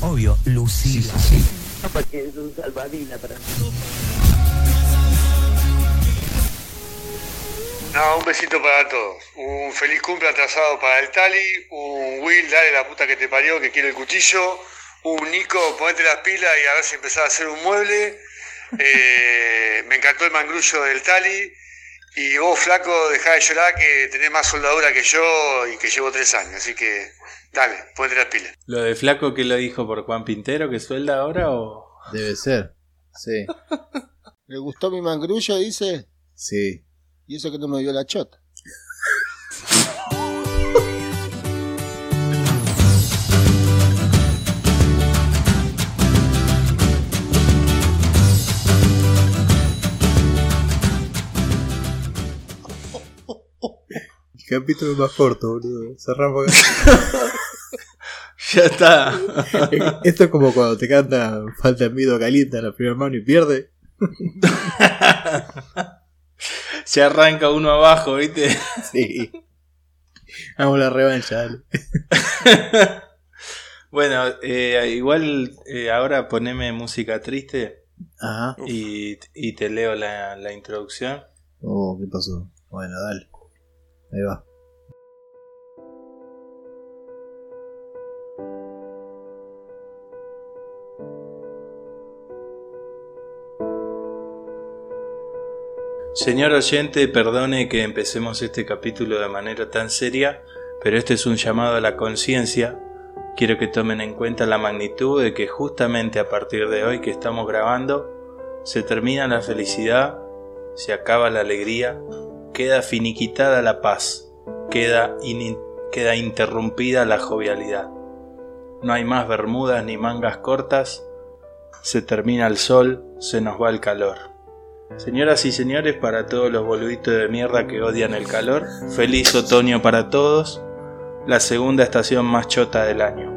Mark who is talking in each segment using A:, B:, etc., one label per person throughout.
A: Obvio, Lucila.
B: No, porque es un salvavidas para mí.
C: No, un besito para todos. Un feliz cumple atrasado para el Tali. Un Will, dale la puta que te parió, que quiere el cuchillo. Un Nico, ponete las pilas y a ver si empezás a hacer un mueble. Eh, me encantó el mangrullo del Tali. Y vos, flaco, dejá de llorar que tenés más soldadura que yo y que llevo tres años. Así que, dale, ponete las pilas.
D: Lo de flaco que lo dijo por Juan Pintero que suelda ahora o
E: Debe ser. Sí,
F: ¿Le gustó mi mangrullo? Dice.
E: sí.
F: Y eso que no me dio la chota.
E: El capítulo es más corto, boludo. Cerramos acá.
D: ya está.
E: Esto es como cuando te canta Falta miedo caliente en la primera mano y pierde.
D: Se arranca uno abajo, ¿viste?
E: Sí. Vamos a la revancha, dale.
D: bueno, eh, igual eh, ahora poneme música triste
E: Ajá.
D: y, y te leo la, la introducción.
E: Oh, ¿qué pasó? Bueno, dale. Ahí va.
D: Señor oyente, perdone que empecemos este capítulo de manera tan seria, pero este es un llamado a la conciencia. Quiero que tomen en cuenta la magnitud de que justamente a partir de hoy que estamos grabando, se termina la felicidad, se acaba la alegría, queda finiquitada la paz, queda, ini- queda interrumpida la jovialidad. No hay más bermudas ni mangas cortas, se termina el sol, se nos va el calor. Señoras y señores, para todos los boluditos de mierda que odian el calor, feliz otoño para todos, la segunda estación más chota del año.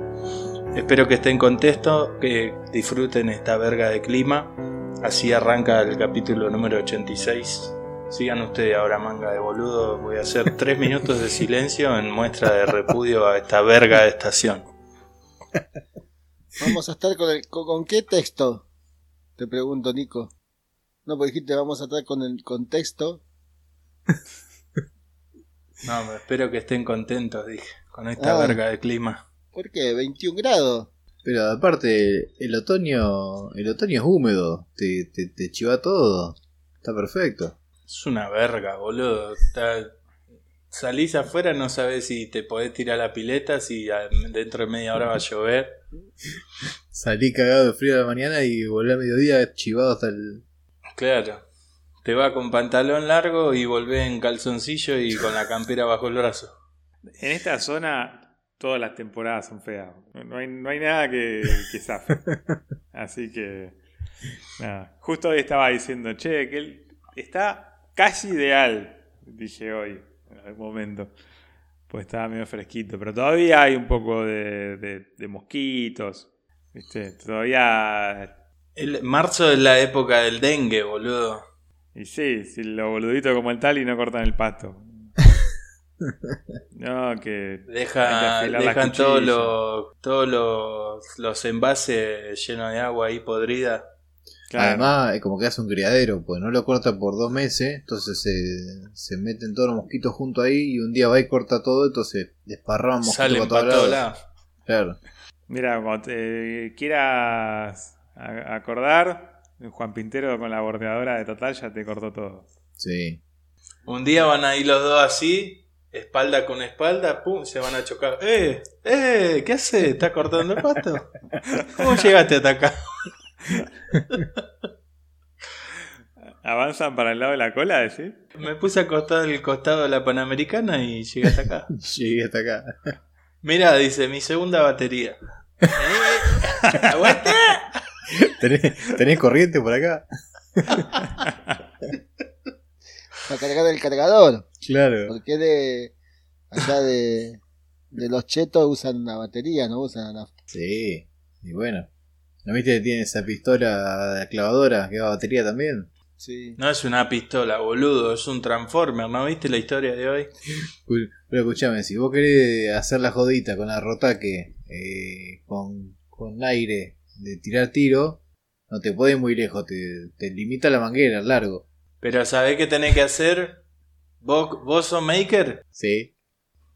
D: Espero que estén contentos, que disfruten esta verga de clima, así arranca el capítulo número 86. Sigan ustedes ahora, manga de boludo, voy a hacer tres minutos de silencio en muestra de repudio a esta verga de estación.
F: Vamos a estar con el. ¿Con, con qué texto? Te pregunto, Nico. No, porque dijiste vamos a estar con el contexto.
D: No, me espero que estén contentos, dije, con esta
F: Ah.
D: verga de clima.
F: ¿Por qué? 21 grados.
E: Pero aparte, el otoño, el otoño es húmedo, te, te, te chiva todo, está perfecto.
D: Es una verga, boludo. Está- Salís afuera, no sabes si te podés tirar a la pileta, si a- dentro de media hora va a llover.
E: Salí cagado de frío a la mañana y volví a mediodía chivado hasta el...
D: Claro. Te va con pantalón largo y volvés en calzoncillo y con la campera bajo el brazo.
G: En esta zona todas las temporadas son feas. No hay, no hay nada que, que zafe. Así que. Nada. Justo hoy estaba diciendo, che, que él está casi ideal. Dije hoy, en algún momento. Pues estaba medio fresquito. Pero todavía hay un poco de, de- de mosquitos. ¿Viste? Todavía.
D: El, marzo es la época del dengue, boludo.
G: Y sí, si los boluditos como el tal y no cortan el pasto. No, que. hay que
D: Deja,
G: afilar la
D: dejan
G: cuchilla.
D: todos los, todos los, los envases llenos de agua ahí podrida.
G: Claro.
E: Además, es como que hace un criadero, pues no lo corta por dos meses, entonces se, se meten todos los mosquitos junto ahí y un día va y corta todo, entonces desparrama mosquitos
D: Salen
E: para
D: para
E: todos
D: todos
E: lados.
D: lados.
E: Claro.
G: Mira, cuando te quieras a- acordar, Juan Pintero con la bordeadora de Total ya te cortó todo.
E: Sí.
D: Un día van a ir los dos así, espalda con espalda, pum, se van a chocar. ¡Eh! ¡Eh! ¿Qué hace? ¿Está cortando el pasto? ¿Cómo llegaste hasta acá?
G: ¿Avanzan para el lado de la cola, decís?
D: Me puse a acostar el costado de la Panamericana y llegué hasta acá.
E: Llegué hasta acá.
D: Mirá, dice, mi segunda batería. ¡Eh! ¡Aguante!
E: ¿Tenés, tenés corriente por acá?
F: Para cargar el cargador.
E: Claro.
F: Porque de. Allá de. De los chetos usan una batería, no usan nafta.
E: Sí. Y bueno. ¿No viste que tiene esa pistola clavadora que va a batería también?
F: Sí.
D: No es una pistola, boludo, es un Transformer, ¿no viste la historia de hoy?
E: Cu- Pero escuchame, si vos querés hacer la jodita con la rotaque, eh, con, con aire de tirar tiro, no te podés muy lejos, te, te limita la manguera, el largo.
D: Pero ¿sabés qué tenés que hacer? ¿Vos, vos sos maker?
E: Sí,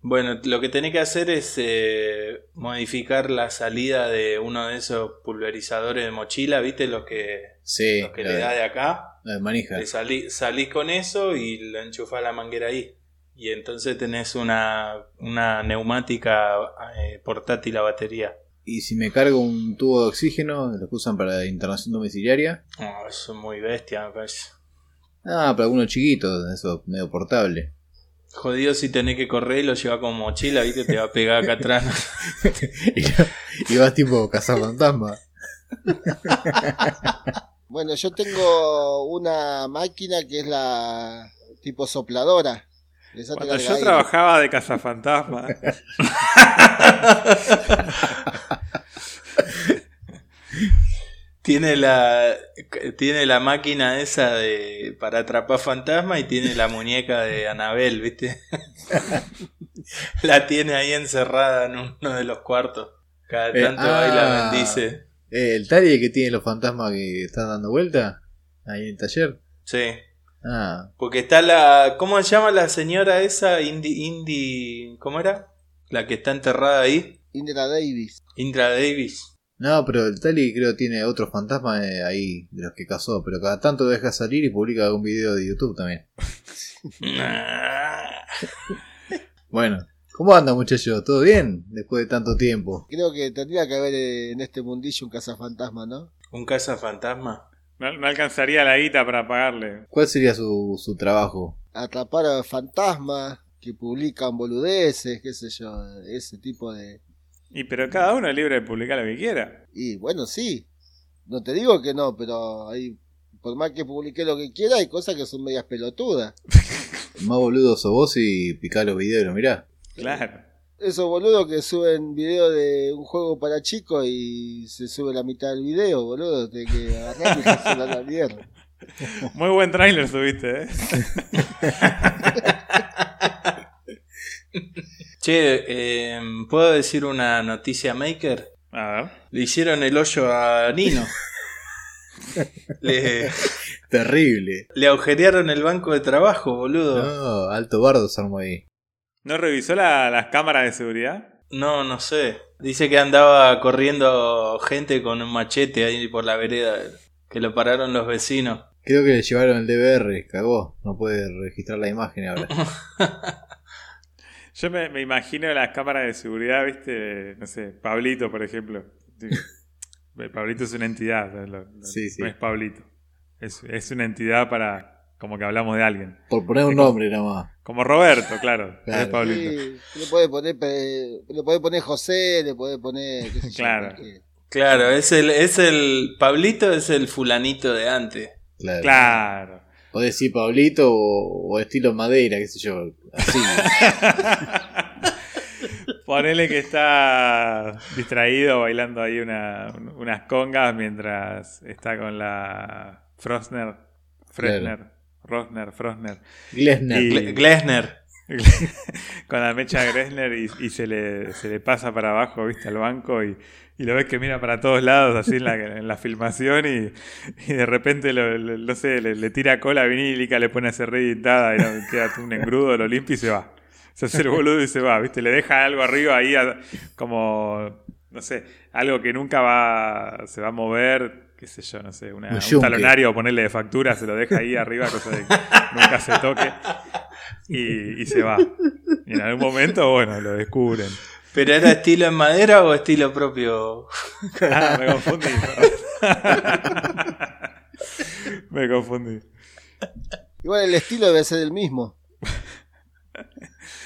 D: Bueno, lo que tenés que hacer es eh, modificar la salida de uno de esos pulverizadores de mochila, ¿viste? Los que,
E: sí,
D: los que
E: la
D: le
E: de-
D: da de acá.
E: la de manija.
D: Le salí- salís con eso y lo enchufás la manguera ahí. Y entonces tenés una, una neumática eh, portátil a batería.
E: Y si me cargo un tubo de oxígeno, los que usan para internación domiciliaria,
D: Oh, eso es muy bestia, me parece.
E: ah, para algunos chiquitos, eso, medio portable.
D: Jodido si tenés que correr y lo llevas con mochila, ¿viste? Te va a pegar acá atrás.
E: y vas tipo cazafantasma.
F: Bueno, yo tengo una máquina que es la tipo sopladora. Le saca
G: Cuando
F: el
G: yo
F: aire.
G: trabajaba de cazafantasma,
D: Tiene la, tiene la máquina esa de, para atrapar fantasmas y tiene la muñeca de Anabel, ¿viste? la tiene ahí encerrada en uno de los cuartos. Cada
E: Eh,
D: tanto
E: ah.
D: ahí la bendice.
E: Eh, el Tari que tiene los fantasmas que están dando vuelta, ahí en el taller.
D: Sí.
E: Ah,
D: Porque está la. ¿Cómo se llama la señora esa? Indy. Indy ¿Cómo era? La que está enterrada ahí.
F: Indra Davis.
D: Indra Davis.
E: No, pero el Tali creo tiene otros fantasmas eh, ahí de los que cazó, pero cada tanto lo deja salir y publica algún video de YouTube también. Bueno, ¿cómo anda muchachos? ¿Todo bien? Después de tanto tiempo.
F: Creo que tendría que haber eh, en este mundillo un cazafantasma, ¿no?
D: ¿Un cazafantasma?
G: no, no alcanzaría la guita para pagarle.
E: ¿Cuál sería su, su trabajo?
F: Atrapar a fantasmas que publican boludeces, qué sé yo, ese tipo de...
G: Y pero cada uno es libre de publicar lo que quiera.
F: Y bueno, sí. No te digo que no, pero hay... Por más que publique lo que quiera, hay cosas que son medias pelotudas.
E: Más boludo sos vos y picá los videos y los mirá.
G: Claro.
F: Esos boludos que suben video de un juego para chicos y se sube la mitad del video, boludo. Te que agarrar y hacerla la mierda.
G: Muy buen tráiler subiste, ¿eh?
D: Che, eh, ¿puedo decir una noticia maker?
G: A ver.
D: Le hicieron el hoyo a Nino. le,
E: Terrible.
D: le agujerearon el banco de trabajo, boludo.
E: No, alto bardo se armó ahí.
G: ¿No revisó la- las cámaras de seguridad?
D: No, no sé. Dice que andaba corriendo gente con un machete ahí por la vereda. Que lo pararon los vecinos.
E: Creo que le llevaron el DVR, cagó. No puede registrar la imagen ahora.
G: Yo me, me imagino las cámaras de seguridad, viste, no sé, Pablito, por ejemplo. Digo, Pablito es una entidad, no, no- no-
E: Sí, sí.
G: no es Pablito. Es, es una entidad para, como que hablamos de alguien.
E: Por poner un nombre nomás.
G: Como Roberto, claro. no es
E: Claro.
G: Pablito.
F: Sí, le podés poner, pe- le podés poner José, le podés poner. qué sé yo,
G: Claro.
F: cualquiera.
D: Claro, es el, es el. Pablito es el fulanito de antes.
E: Claro.
G: Claro.
E: Podés decir Pablito o, o estilo madera, qué sé yo. Así.
G: Ponele que está distraído bailando ahí una- unas congas mientras está con la Frosner. Fresner. Rosner, Frosner.
E: Glesner.
G: Y-
D: Gle- Glesner.
G: con la mecha de Gressner y, y se, le, se le pasa para abajo, viste, al banco y, y lo ves que mira para todos lados, así en la, en la filmación y, y de repente, lo, lo- no sé, le, le tira cola vinílica, le pone a hacer reeditada y no, queda un engrudo, lo limpia y se va. Se hace el boludo y se va, viste, le deja algo arriba ahí a- como, no sé, algo que nunca va, se va a mover qué sé yo, no sé, una-
E: Un
G: un
E: yunque.
G: talonario, ponerle de factura, se lo deja ahí arriba, cosa de que nunca se toque y, y se va. Y en algún momento, bueno, lo descubren.
D: ¿Pero era estilo en madera o estilo propio?
G: Ah, me confundí. perdón. me confundí.
F: Igual el estilo debe ser el mismo.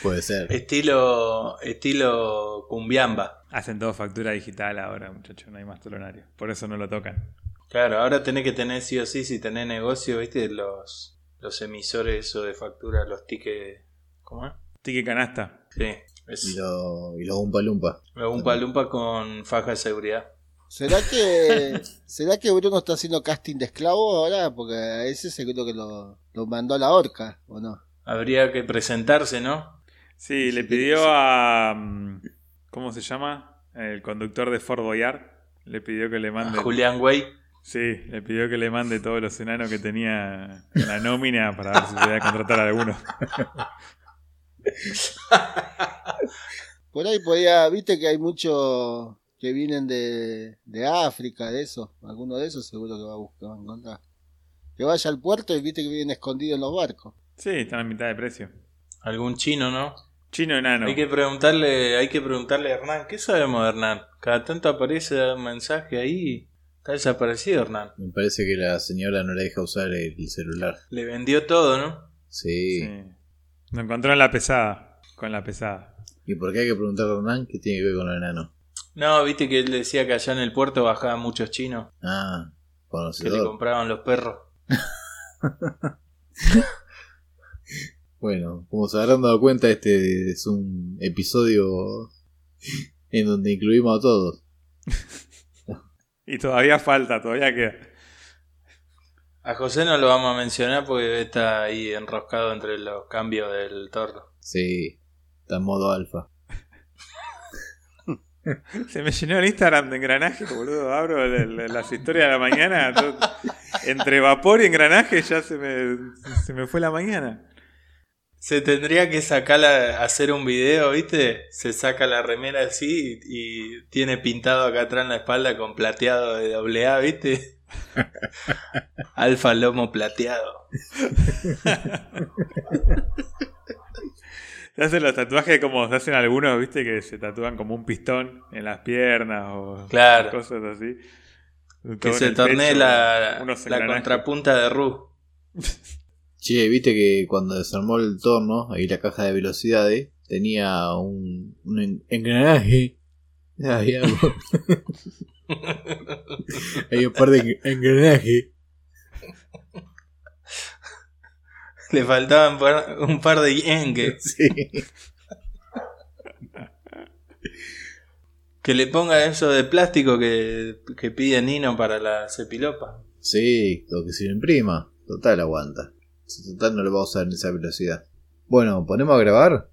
E: Puede ser.
D: Estilo. Estilo cumbiamba.
G: Hacen todo factura digital ahora, muchachos, no hay más talonario. Por eso no lo tocan.
D: Claro, ahora tenés que tener sí o sí, si tenés negocio, viste, los, los emisores eso de factura, los tickets. ¿Cómo es?
G: Tique canasta.
D: Sí, es
E: Y los y lo Umpa Lumpa.
D: un palumpa con faja de seguridad.
F: ¿Será que, ¿Será que Bruno está haciendo casting de esclavo ahora? Porque a ese seguro que lo, lo mandó a la horca, ¿o no?
D: Habría que presentarse, ¿no?
G: Sí, le pidió a. mm, ¿Cómo se llama? El conductor de Fort Boyard. Le pidió que le
D: A
G: mande.
D: Julián Way.
G: Sí, le pidió que le mande todos los enanos que tenía en la nómina para ver si podía contratar a alguno.
F: Por ahí podía, viste que hay muchos que vienen de, de África, de eso. Alguno de esos seguro que va a buscar, va a encontrar. Que vaya al puerto y viste que vienen escondidos en los barcos.
G: Sí, están a mitad de precio.
D: Algún chino, ¿no?
G: Chino enano.
D: Hay que preguntarle, hay que preguntarle a Hernán, ¿qué sabemos de Hernán? Cada tanto aparece un mensaje ahí, está desaparecido Hernán.
E: Me parece que la señora no le deja usar el celular.
D: Le vendió todo, ¿no?
E: Sí.
G: Sí. Lo encontró en la pesada. Con la pesada.
E: ¿Y por qué hay que preguntarle a Hernán qué tiene que ver con los enanos?
D: No, viste que él decía que allá en el puerto bajaban muchos chinos
E: Ah,
D: que le
E: conocedor.
D: compraban los perros.
E: Bueno, como se habrán dado cuenta, este es un episodio en donde incluimos a todos.
G: Y todavía falta, todavía queda.
D: A José no lo vamos a mencionar porque está ahí enroscado entre los cambios del tordo.
E: Sí, está en modo alfa.
G: Se me llenó el Instagram de engranaje, boludo. Abro el- el- las historias de la mañana. todo- entre vapor y engranaje ya se me, se me fue la mañana.
D: Se tendría que sacar la- hacer un video, ¿viste? Se saca la remera así y, y tiene pintado acá atrás en la espalda con plateado de doble A, ¿viste? Alfa lomo plateado.
G: Se hacen los tatuajes como se hacen algunos, viste, que se tatúan como un pistón en las piernas o
D: Claro.
G: cosas así. Todo
D: Que
G: en
D: se
G: el pecho,
D: tornee la,
G: unos
D: la
G: engranajes.
D: contrapunta de Ru.
E: Che, viste que cuando desarmó el torno y la caja de velocidades, tenía un, un en- engranaje. Hay algo. Hay un par de en- engranajes.
D: Le faltaban par- un par de yengues.
E: Sí.
D: Que le ponga eso de plástico que, que pide Nino para la cepilopa.
E: Sí, lo que se lo imprima. Total aguanta. Si Total no lo va a usar en esa velocidad. Bueno, ¿ponemos a grabar?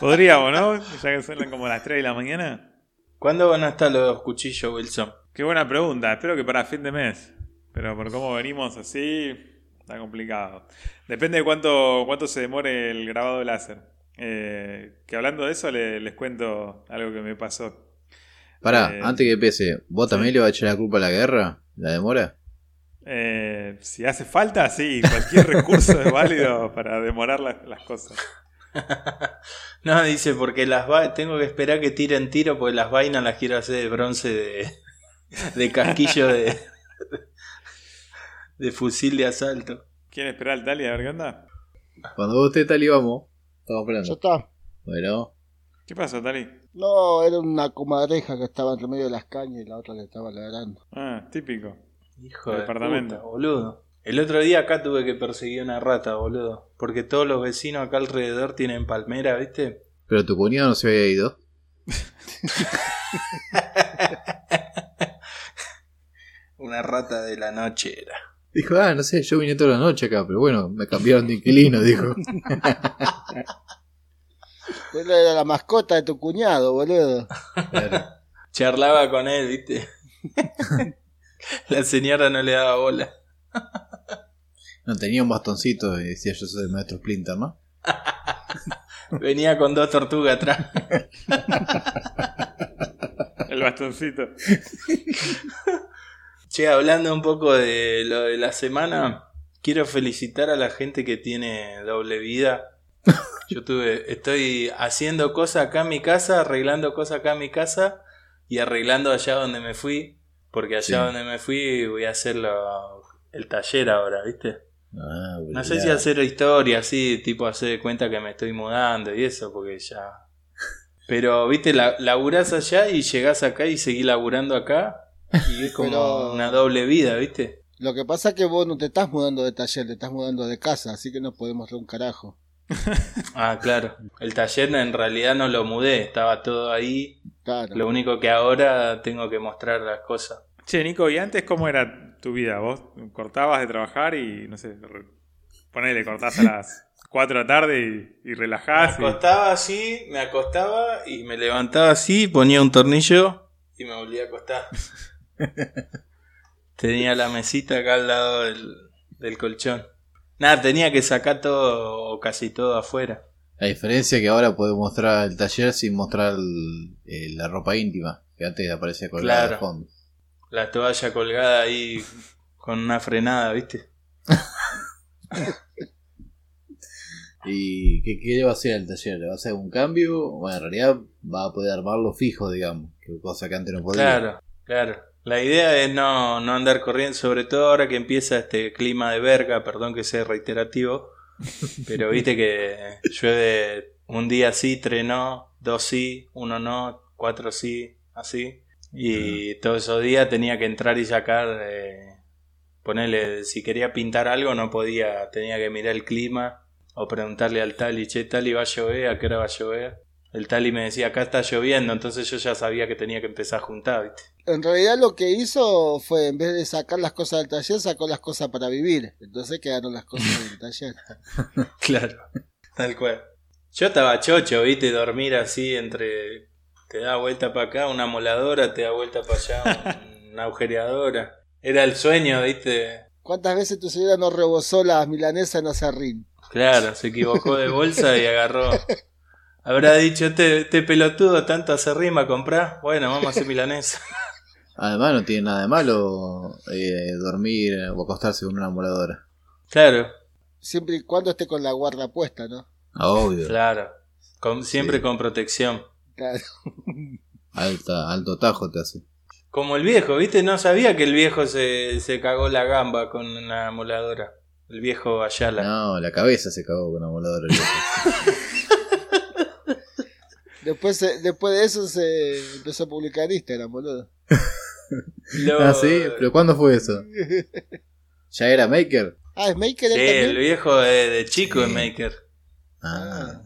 G: Podríamos, ¿no? Ya que son como las 3 de la mañana.
D: ¿Cuándo van a estar los cuchillos, Wilson?
G: Qué buena pregunta. Espero que para fin de mes. Pero por cómo venimos así, está complicado. Depende de cuánto, cuánto se demore el grabado de láser. Eh, que hablando de eso, le- les cuento algo que me pasó.
E: Pará,
G: Eh,
E: antes que pese, ¿vos también le vas a echar la culpa a la guerra? ¿La demora?
G: Eh, si hace falta, sí, cualquier recurso es válido para demorar las, las cosas.
D: No, dice, porque las va tengo que esperar que tiren tiro porque las vainas las quiero hacer de bronce de, de casquillo de, de fusil de asalto.
G: ¿Quieren esperar al tal y a ver qué onda?
E: Cuando vos estés tal y vamos, estamos
F: Ya
E: esperando.
F: está.
E: Bueno,
G: ¿Qué pasó, Tali?
F: No, era una comadreja que estaba entre medio de las cañas y la otra le estaba ladrando.
G: Ah, típico.
D: Hijo
G: El
D: de
G: departamento.
D: puta, boludo. El otro día acá tuve que perseguir una rata, boludo. Porque todos los vecinos acá alrededor tienen palmera, ¿viste?
E: pero tu cuñado no se había ido.
D: Una rata de la noche era.
E: Dijo, ah, no sé, yo vine toda la noche acá, pero bueno, me cambiaron de inquilino, dijo.
F: Él era la mascota de tu cuñado, boludo.
E: Claro.
D: charlaba con él, ¿viste? La señora no le daba bola.
E: No, tenía un bastoncito y decía, yo soy el maestro Splinter, ¿no?
D: Venía con dos tortugas atrás.
G: El bastoncito.
D: Che, hablando un poco de lo de la semana, quiero felicitar a la gente que tiene doble vida. Yo tuve, estoy haciendo cosas acá en mi casa, arreglando cosas acá en mi casa y arreglando allá donde me fui, porque allá
E: Sí.
D: donde me fui voy a hacer lo- el taller ahora, ¿viste?
E: Ah,
D: No sé si hacer historia así, tipo hacer de cuenta que me estoy mudando y eso, porque ya. Pero, viste, la, laburás allá y llegás acá y seguís laburando acá. Y es como
F: Pero-
D: una doble vida, viste.
F: Lo que pasa es que vos no te estás mudando de taller, te estás mudando de casa, así que no podemos hacer un carajo.
D: Ah, claro. El taller en realidad no lo mudé, estaba todo ahí.
F: Claro.
D: Lo único que ahora tengo que mostrar las cosas.
G: Che, Nico, ¿y antes cómo era tu vida? ¿Vos cortabas de trabajar y, no sé, re- ponele, cortás a las 4 de la tarde y, y relajás? y-
D: Me acostaba así, me acostaba y me levantaba así, ponía un tornillo y me volvía a acostar. tenía la mesita acá al lado del, del colchón. Nada, tenía que sacar todo o casi todo afuera.
E: La diferencia es que ahora puedo mostrar el taller sin mostrar el- eh, la ropa íntima, que antes aparecía colgada
D: Claro.
E: de fondo.
D: La toalla colgada ahí con una frenada, ¿viste?
E: ¿Y qué, qué le va a hacer al taller? ¿Le va a hacer un cambio? Bueno, en realidad va a poder armarlo fijo, digamos, que cosa que antes no podía.
D: Claro, claro. La idea es no, no andar corriendo, sobre todo ahora que empieza este clima de verga, perdón que sea reiterativo, pero viste que llueve un día sí, tres no, dos sí, uno no, cuatro sí, así. Y todos esos días tenía que entrar y sacar, eh, ponerle, si quería pintar algo no podía, tenía que mirar el clima o preguntarle al Tali, che, Tali va a llover, a qué hora va a llover. El Tali me decía, acá está lloviendo, entonces yo ya sabía que tenía que empezar a juntar, ¿viste?
F: En realidad lo que hizo fue, en vez de sacar las cosas del taller, sacó las cosas para vivir. Entonces quedaron las cosas del taller.
D: Claro, tal cual. Yo estaba chocho, viste, dormir así entre. Te da vuelta para acá una moladora, te da vuelta para allá un- una agujereadora. Era el sueño, viste.
F: ¿Cuántas veces tu señora no rebosó las milanesas en acerrín?
D: Claro, se equivocó de bolsa y agarró. Habrá dicho, este, este pelotudo tanto hace rima comprar. Bueno, vamos a hacer milanesa.
E: Además, no tiene nada de malo eh, dormir o acostarse con una moradora.
D: Claro,
F: Siempre y cuando esté con la guarda puesta, ¿no?
E: Ah, obvio.
D: claro. Con- siempre con protección.
F: Claro.
E: Alta, alto tajo te hace.
D: Como el viejo, viste, no sabía que el viejo se, se cagó la gamba con una moladora. El viejo Ayala.
E: No, la cabeza se cagó con una moradora.
F: Después, se- después de eso se empezó a publicar en Instagram, boludo.
D: Lo-
E: ah, sí, pero ¿cuándo fue eso? ¿Ya era Maker?
F: Ah, es Maker
D: Sí,
F: él
D: el
F: también.
D: viejo de, de chico
E: Sí.
D: es Maker.
E: Ah,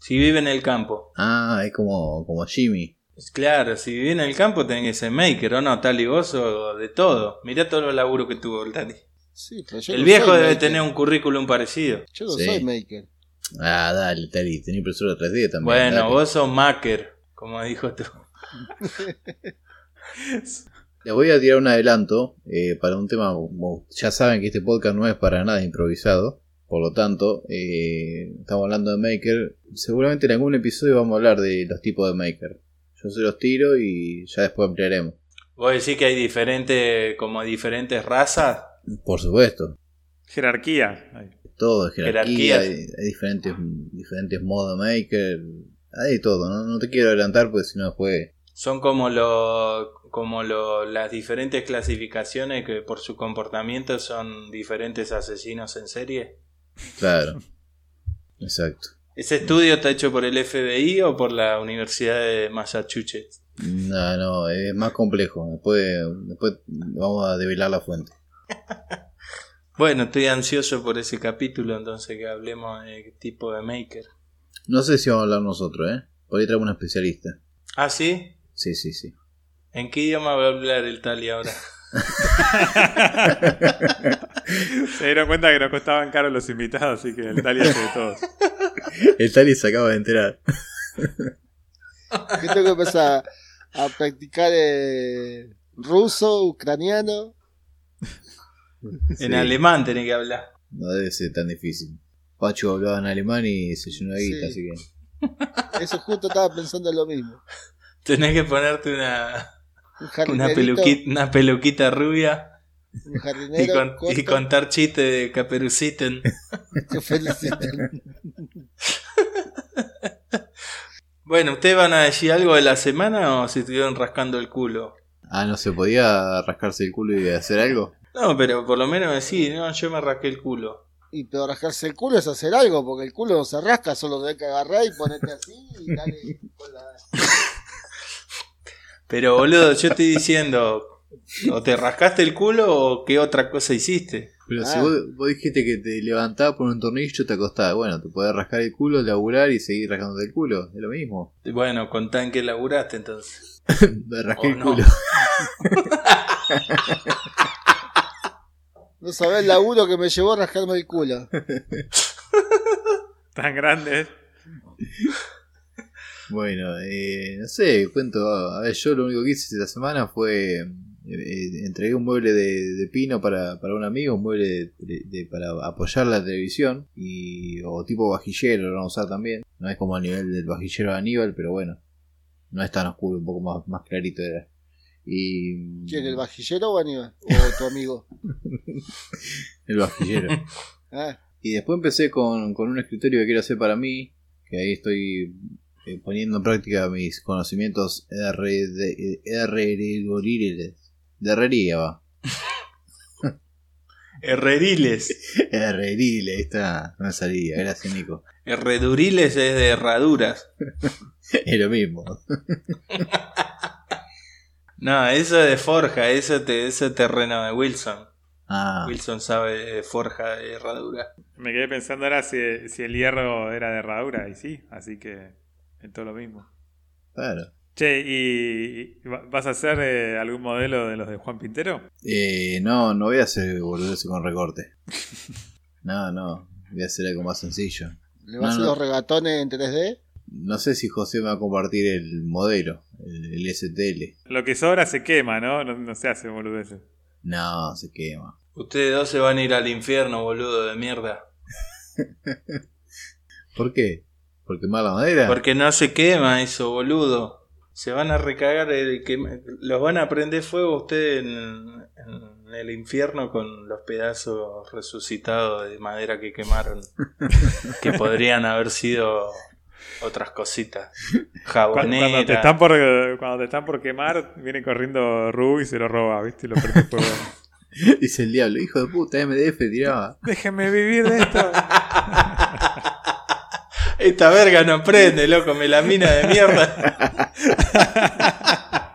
D: Si vive en el campo.
E: ah es como, como Jimmy.
D: Claro, si vive en el campo tenés que ser Maker, ¿o no? Tal y vos o de todo. Mirá todo el laburo que tuvo el Tali.
F: Sí, pero yo
D: El
F: no
D: viejo
F: soy
D: debe
F: Maker.
D: tener un currículum parecido.
F: Yo no
E: Sí.
F: soy Maker.
E: Ah, dale, Tali, tenés impresora 3D también.
D: bueno,
E: dale.
D: vos sos Maker, como dijo tú.
E: Les voy a tirar un adelanto eh, para un tema. como Ya saben que este podcast no es para nada improvisado. Por lo tanto, eh, estamos hablando de Maker. Seguramente en algún episodio vamos a hablar de los tipos de Maker. Yo se los tiro y ya después ampliaremos.
D: Vos decís que hay diferentes, como diferentes razas.
E: Por supuesto,
G: Jerarquía. Ay.
E: todo es jerarquía,
D: Jerarquías.
E: hay, hay diferentes, diferentes modos Maker. Hay de todo, ¿no? No te quiero adelantar porque si no después.
D: Son como, lo, como lo- las diferentes clasificaciones que por su comportamiento son diferentes asesinos en serie.
E: Claro. Exacto.
D: ¿Ese estudio está hecho por el FBI o por la Universidad de Massachusetts?
E: No, no, es más complejo. Después, después vamos a develar la fuente.
D: Bueno, estoy ansioso por ese capítulo, entonces que hablemos de qué tipo de maker.
E: No sé si vamos a hablar nosotros, ¿eh? Por ahí traemos un especialista.
D: ¿Ah, sí?
E: Sí, sí, sí.
D: ¿En qué idioma va a hablar el Tali ahora?
G: Se dieron cuenta que nos costaban caros los invitados, así que el Tali hace de todos.
E: El Tali se acaba de enterar.
F: Yo tengo que empezar a practicar eh, ruso, ucraniano.
D: En alemán tiene que hablar.
E: No debe ser tan difícil. Pacho hablaba en alemán y se llenó de guita,
F: Sí.
E: así que.
F: Eso justo estaba pensando lo mismo.
D: Tenés que ponerte una,
F: Un
D: una,
F: jardinerito,
D: peluquita, una peluquita rubia
F: Un jardinero
D: y, con-
F: corto
D: y contar chistes de caperuciten.
F: que feliciten.
D: Bueno, ¿ustedes van a decir algo de la semana o se estuvieron rascando el culo?
E: Ah, ¿no se podía rascarse el culo y hacer algo?
D: No, pero por lo menos decir, no, yo me rasqué el culo.
F: Y pero rascarse el culo es hacer algo, porque el culo no se rasca, solo tenés que agarrar y ponerte así y dale con la...
D: Pero boludo, yo estoy diciendo, O te rascaste el culo o qué otra cosa hiciste.
E: Pero
F: Ah.
E: si vos, vos dijiste que te levantabas por un tornillo, te acostabas. Bueno, te podés rascar el culo, laburar y seguir rascándote el culo. Es lo mismo.
D: Bueno, contá en qué laburaste entonces.
E: Me rasqué
D: Oh,
E: el
D: no.
E: culo.
F: No sabés el laburo que me llevó a rascarme el culo.
G: Tan grandes.
E: Bueno, eh, no sé, cuento. A ver, yo lo único que hice esta semana fue. eh, eh, entregué un mueble de, de pino para, para un amigo, un mueble de- de- de- para apoyar la televisión. y O tipo vajillero, lo vamos a usar también. No es como a nivel del vajillero de Aníbal, pero bueno. No es tan oscuro, un poco más, más clarito era. Y.
F: ¿Quién, el vajillero o Aníbal? O tu amigo.
E: El vajillero.
F: Ah,
E: Y después empecé con, con un escritorio que quiero hacer para mí, que ahí estoy eh, poniendo en práctica mis conocimientos R eh, de herreriles. E de herrería va.
D: Herreriles.
E: Herreriles, E ahí está, no me salía, gracias Nico.
D: Herreduriles es de herraduras.
E: Es lo mismo.
D: No, eso es de forja, eso te, eso es terreno de Wilson.
E: Ah,
D: Wilson sabe de forja de herradura.
G: Me quedé pensando ahora si, si el hierro era de herradura, y sí, así que es todo lo mismo.
E: claro.
G: Che, ¿y, y va- vas a hacer eh, algún modelo de los de Juan Pintero?
E: Eh, no, no voy a hacer boludeces con recorte. No, no, voy a hacer algo más sencillo.
F: ¿Le vas
E: No,
F: a
E: no.
F: los regatones en 3D?
E: No sé si José me va a compartir el modelo, el, el STL.
G: Lo que sobra se quema, ¿no? No, no se hace boludeces.
E: No, se quema.
D: Ustedes dos se van a ir al infierno, boludo de mierda.
E: ¿Por qué? ¿Porque mala madera?
D: Porque no se quema eso, boludo. Se van a recagar, el que- los van a prender fuego ustedes en, en el infierno con los pedazos resucitados de madera que quemaron. que podrían haber sido otras cositas.
G: Cu- Cuando, te
D: Jabonera.
G: están por, cuando te están por quemar, viene corriendo Rub y se lo roba, ¿viste? Y lo prende fuego.
E: Dice el diablo, hijo de puta, MDF tiraba.
G: Déjenme vivir de esto.
D: Esta verga no prende, loco, melamina de mierda.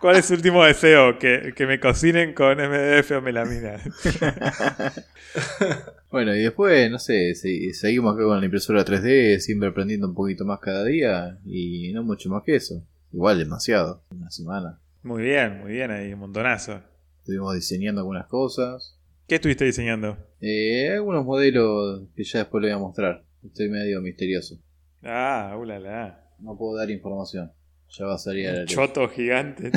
G: ¿Cuál es su último deseo? Que, que me cocinen con MDF o melamina.
E: Bueno, y después, no sé, se- seguimos acá con la impresora 3D, siempre aprendiendo un poquito más cada día y no mucho más que eso. Igual, demasiado, una semana.
G: Muy bien, muy bien ahí, un montonazo.
E: Estuvimos diseñando algunas cosas,
G: ¿Qué estuviste diseñando?
E: eh, algunos modelos que ya después le voy a mostrar. Estoy medio misterioso,
G: Ah, ulala.
E: no puedo dar información. Ya va a salir a la luz.
G: Choto gigante.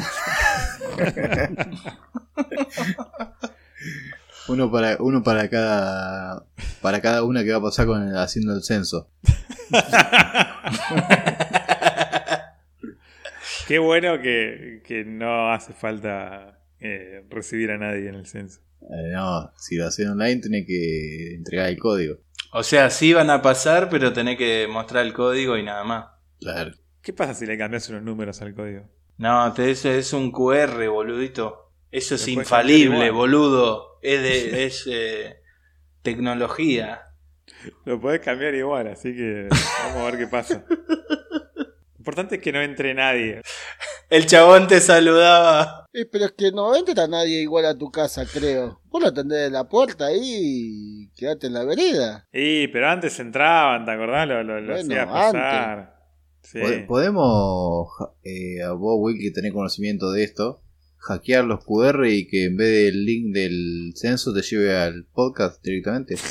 E: Uno para, uno para cada para cada una que va a pasar con el- haciendo el censo.
G: Qué bueno que, que no hace falta eh, recibir a nadie en el censo.
E: Eh, no, si lo hacen online tiene que entregar el código.
D: O sea, sí van a pasar, pero tenés que mostrar el código y nada más.
E: Claro.
G: ¿Qué pasa si le cambias unos números al código?
D: No, te, eso es un QR, boludito. Eso es
G: Lo puedes cambiar
D: infalible,
G: igual.
D: boludo. Es, de, es eh, tecnología.
G: Lo podés cambiar igual, así que vamos a ver qué pasa. Lo importante es que no entre nadie.
D: El chabón te saludaba.
F: Eh, pero es que no entra nadie igual a tu casa, creo. Vos lo atendés en la puerta ahí y quedate en la vereda.
G: Y, pero antes entraban, ¿te acordás? Lo, lo, lo
F: Bueno,
G: hacías pasar. Sí.
E: Pod- ¿Podemos, ja- eh, a vos, Will, que tenés conocimiento de esto, hackear los QR y que en vez del link del censo te lleve al podcast directamente?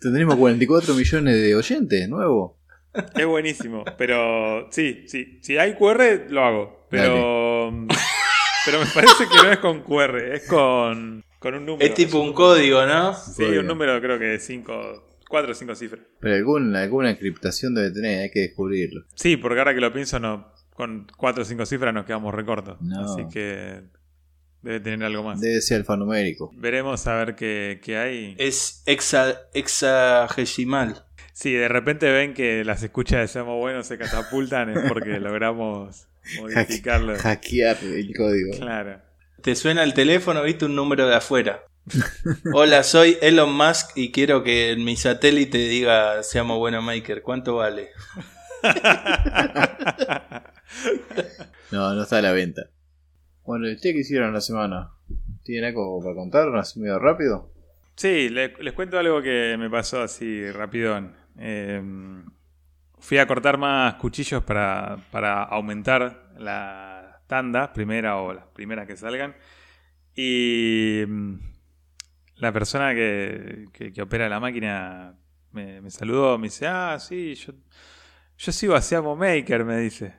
E: Tendremos 44 millones de oyentes, nuevo.
G: Es buenísimo, pero sí, sí, si hay QR lo hago, pero mm, pero me parece que no es con QR, es con, con un número.
D: Es tipo un código, ¿no?
G: Sí, un número creo que de cinco, cuatro o cinco cifras.
E: Pero alguna, alguna encriptación debe tener, hay que descubrirlo.
G: Sí, porque ahora que lo pienso no con cuatro o cinco cifras nos quedamos recortos,
E: No.
G: así que debe tener algo más.
E: Debe ser alfanumérico.
G: Veremos a ver qué, qué hay.
D: Es hexa- hexagesimal.
G: Si de repente ven que las escuchas de Seamos Buenos se catapultan es porque logramos modificarlo.
E: Hackear el código.
G: Claro.
D: Te suena el teléfono, viste un número de afuera. Hola, soy Elon Musk y quiero que en mi satélite diga seamos bueno maker. ¿Cuánto vale?
E: No, no está a la venta. Bueno, ¿y ustedes qué hicieron la semana? ¿Tienen algo para contar? ¿Así medio rápido?
G: Sí, le- les cuento algo que me pasó así rapidón. Eh, fui a cortar más cuchillos para, para aumentar las tandas, primera o las primeras que salgan. Y mm, la persona que, que- que opera la máquina me, me saludó, me dice, ah, sí, yo, yo sigo a Seamo Maker, me dice.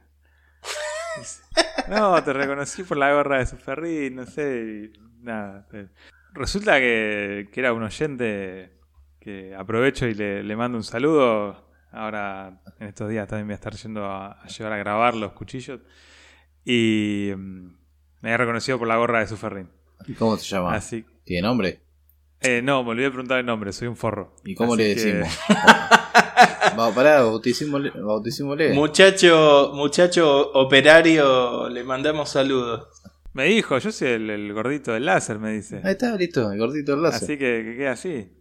G: Dice, No, te reconocí por la gorra de su ferrín, no sé, y nada. eh. Resulta que, que era un oyente que aprovecho y le, le mando un saludo. Ahora, en estos días también voy a estar yendo a, a llevar a grabar los cuchillos. Y mm, me había reconocido por la gorra de su ferrín.
E: ¿Y cómo se llama?
G: Así
E: ¿Tiene nombre?
G: eh, no, me olvidé de preguntar el nombre, soy un forro.
E: ¿Y cómo
G: Así
E: le
G: que-
E: decimos? Vamos, pará, bautismo, le- bautismo leve.
D: Muchacho, muchacho operario, le mandamos saludos.
G: Me dijo, yo soy el, el gordito del láser, me dice.
E: Ahí está, listo, el gordito del lazo.
G: Así que, que queda así.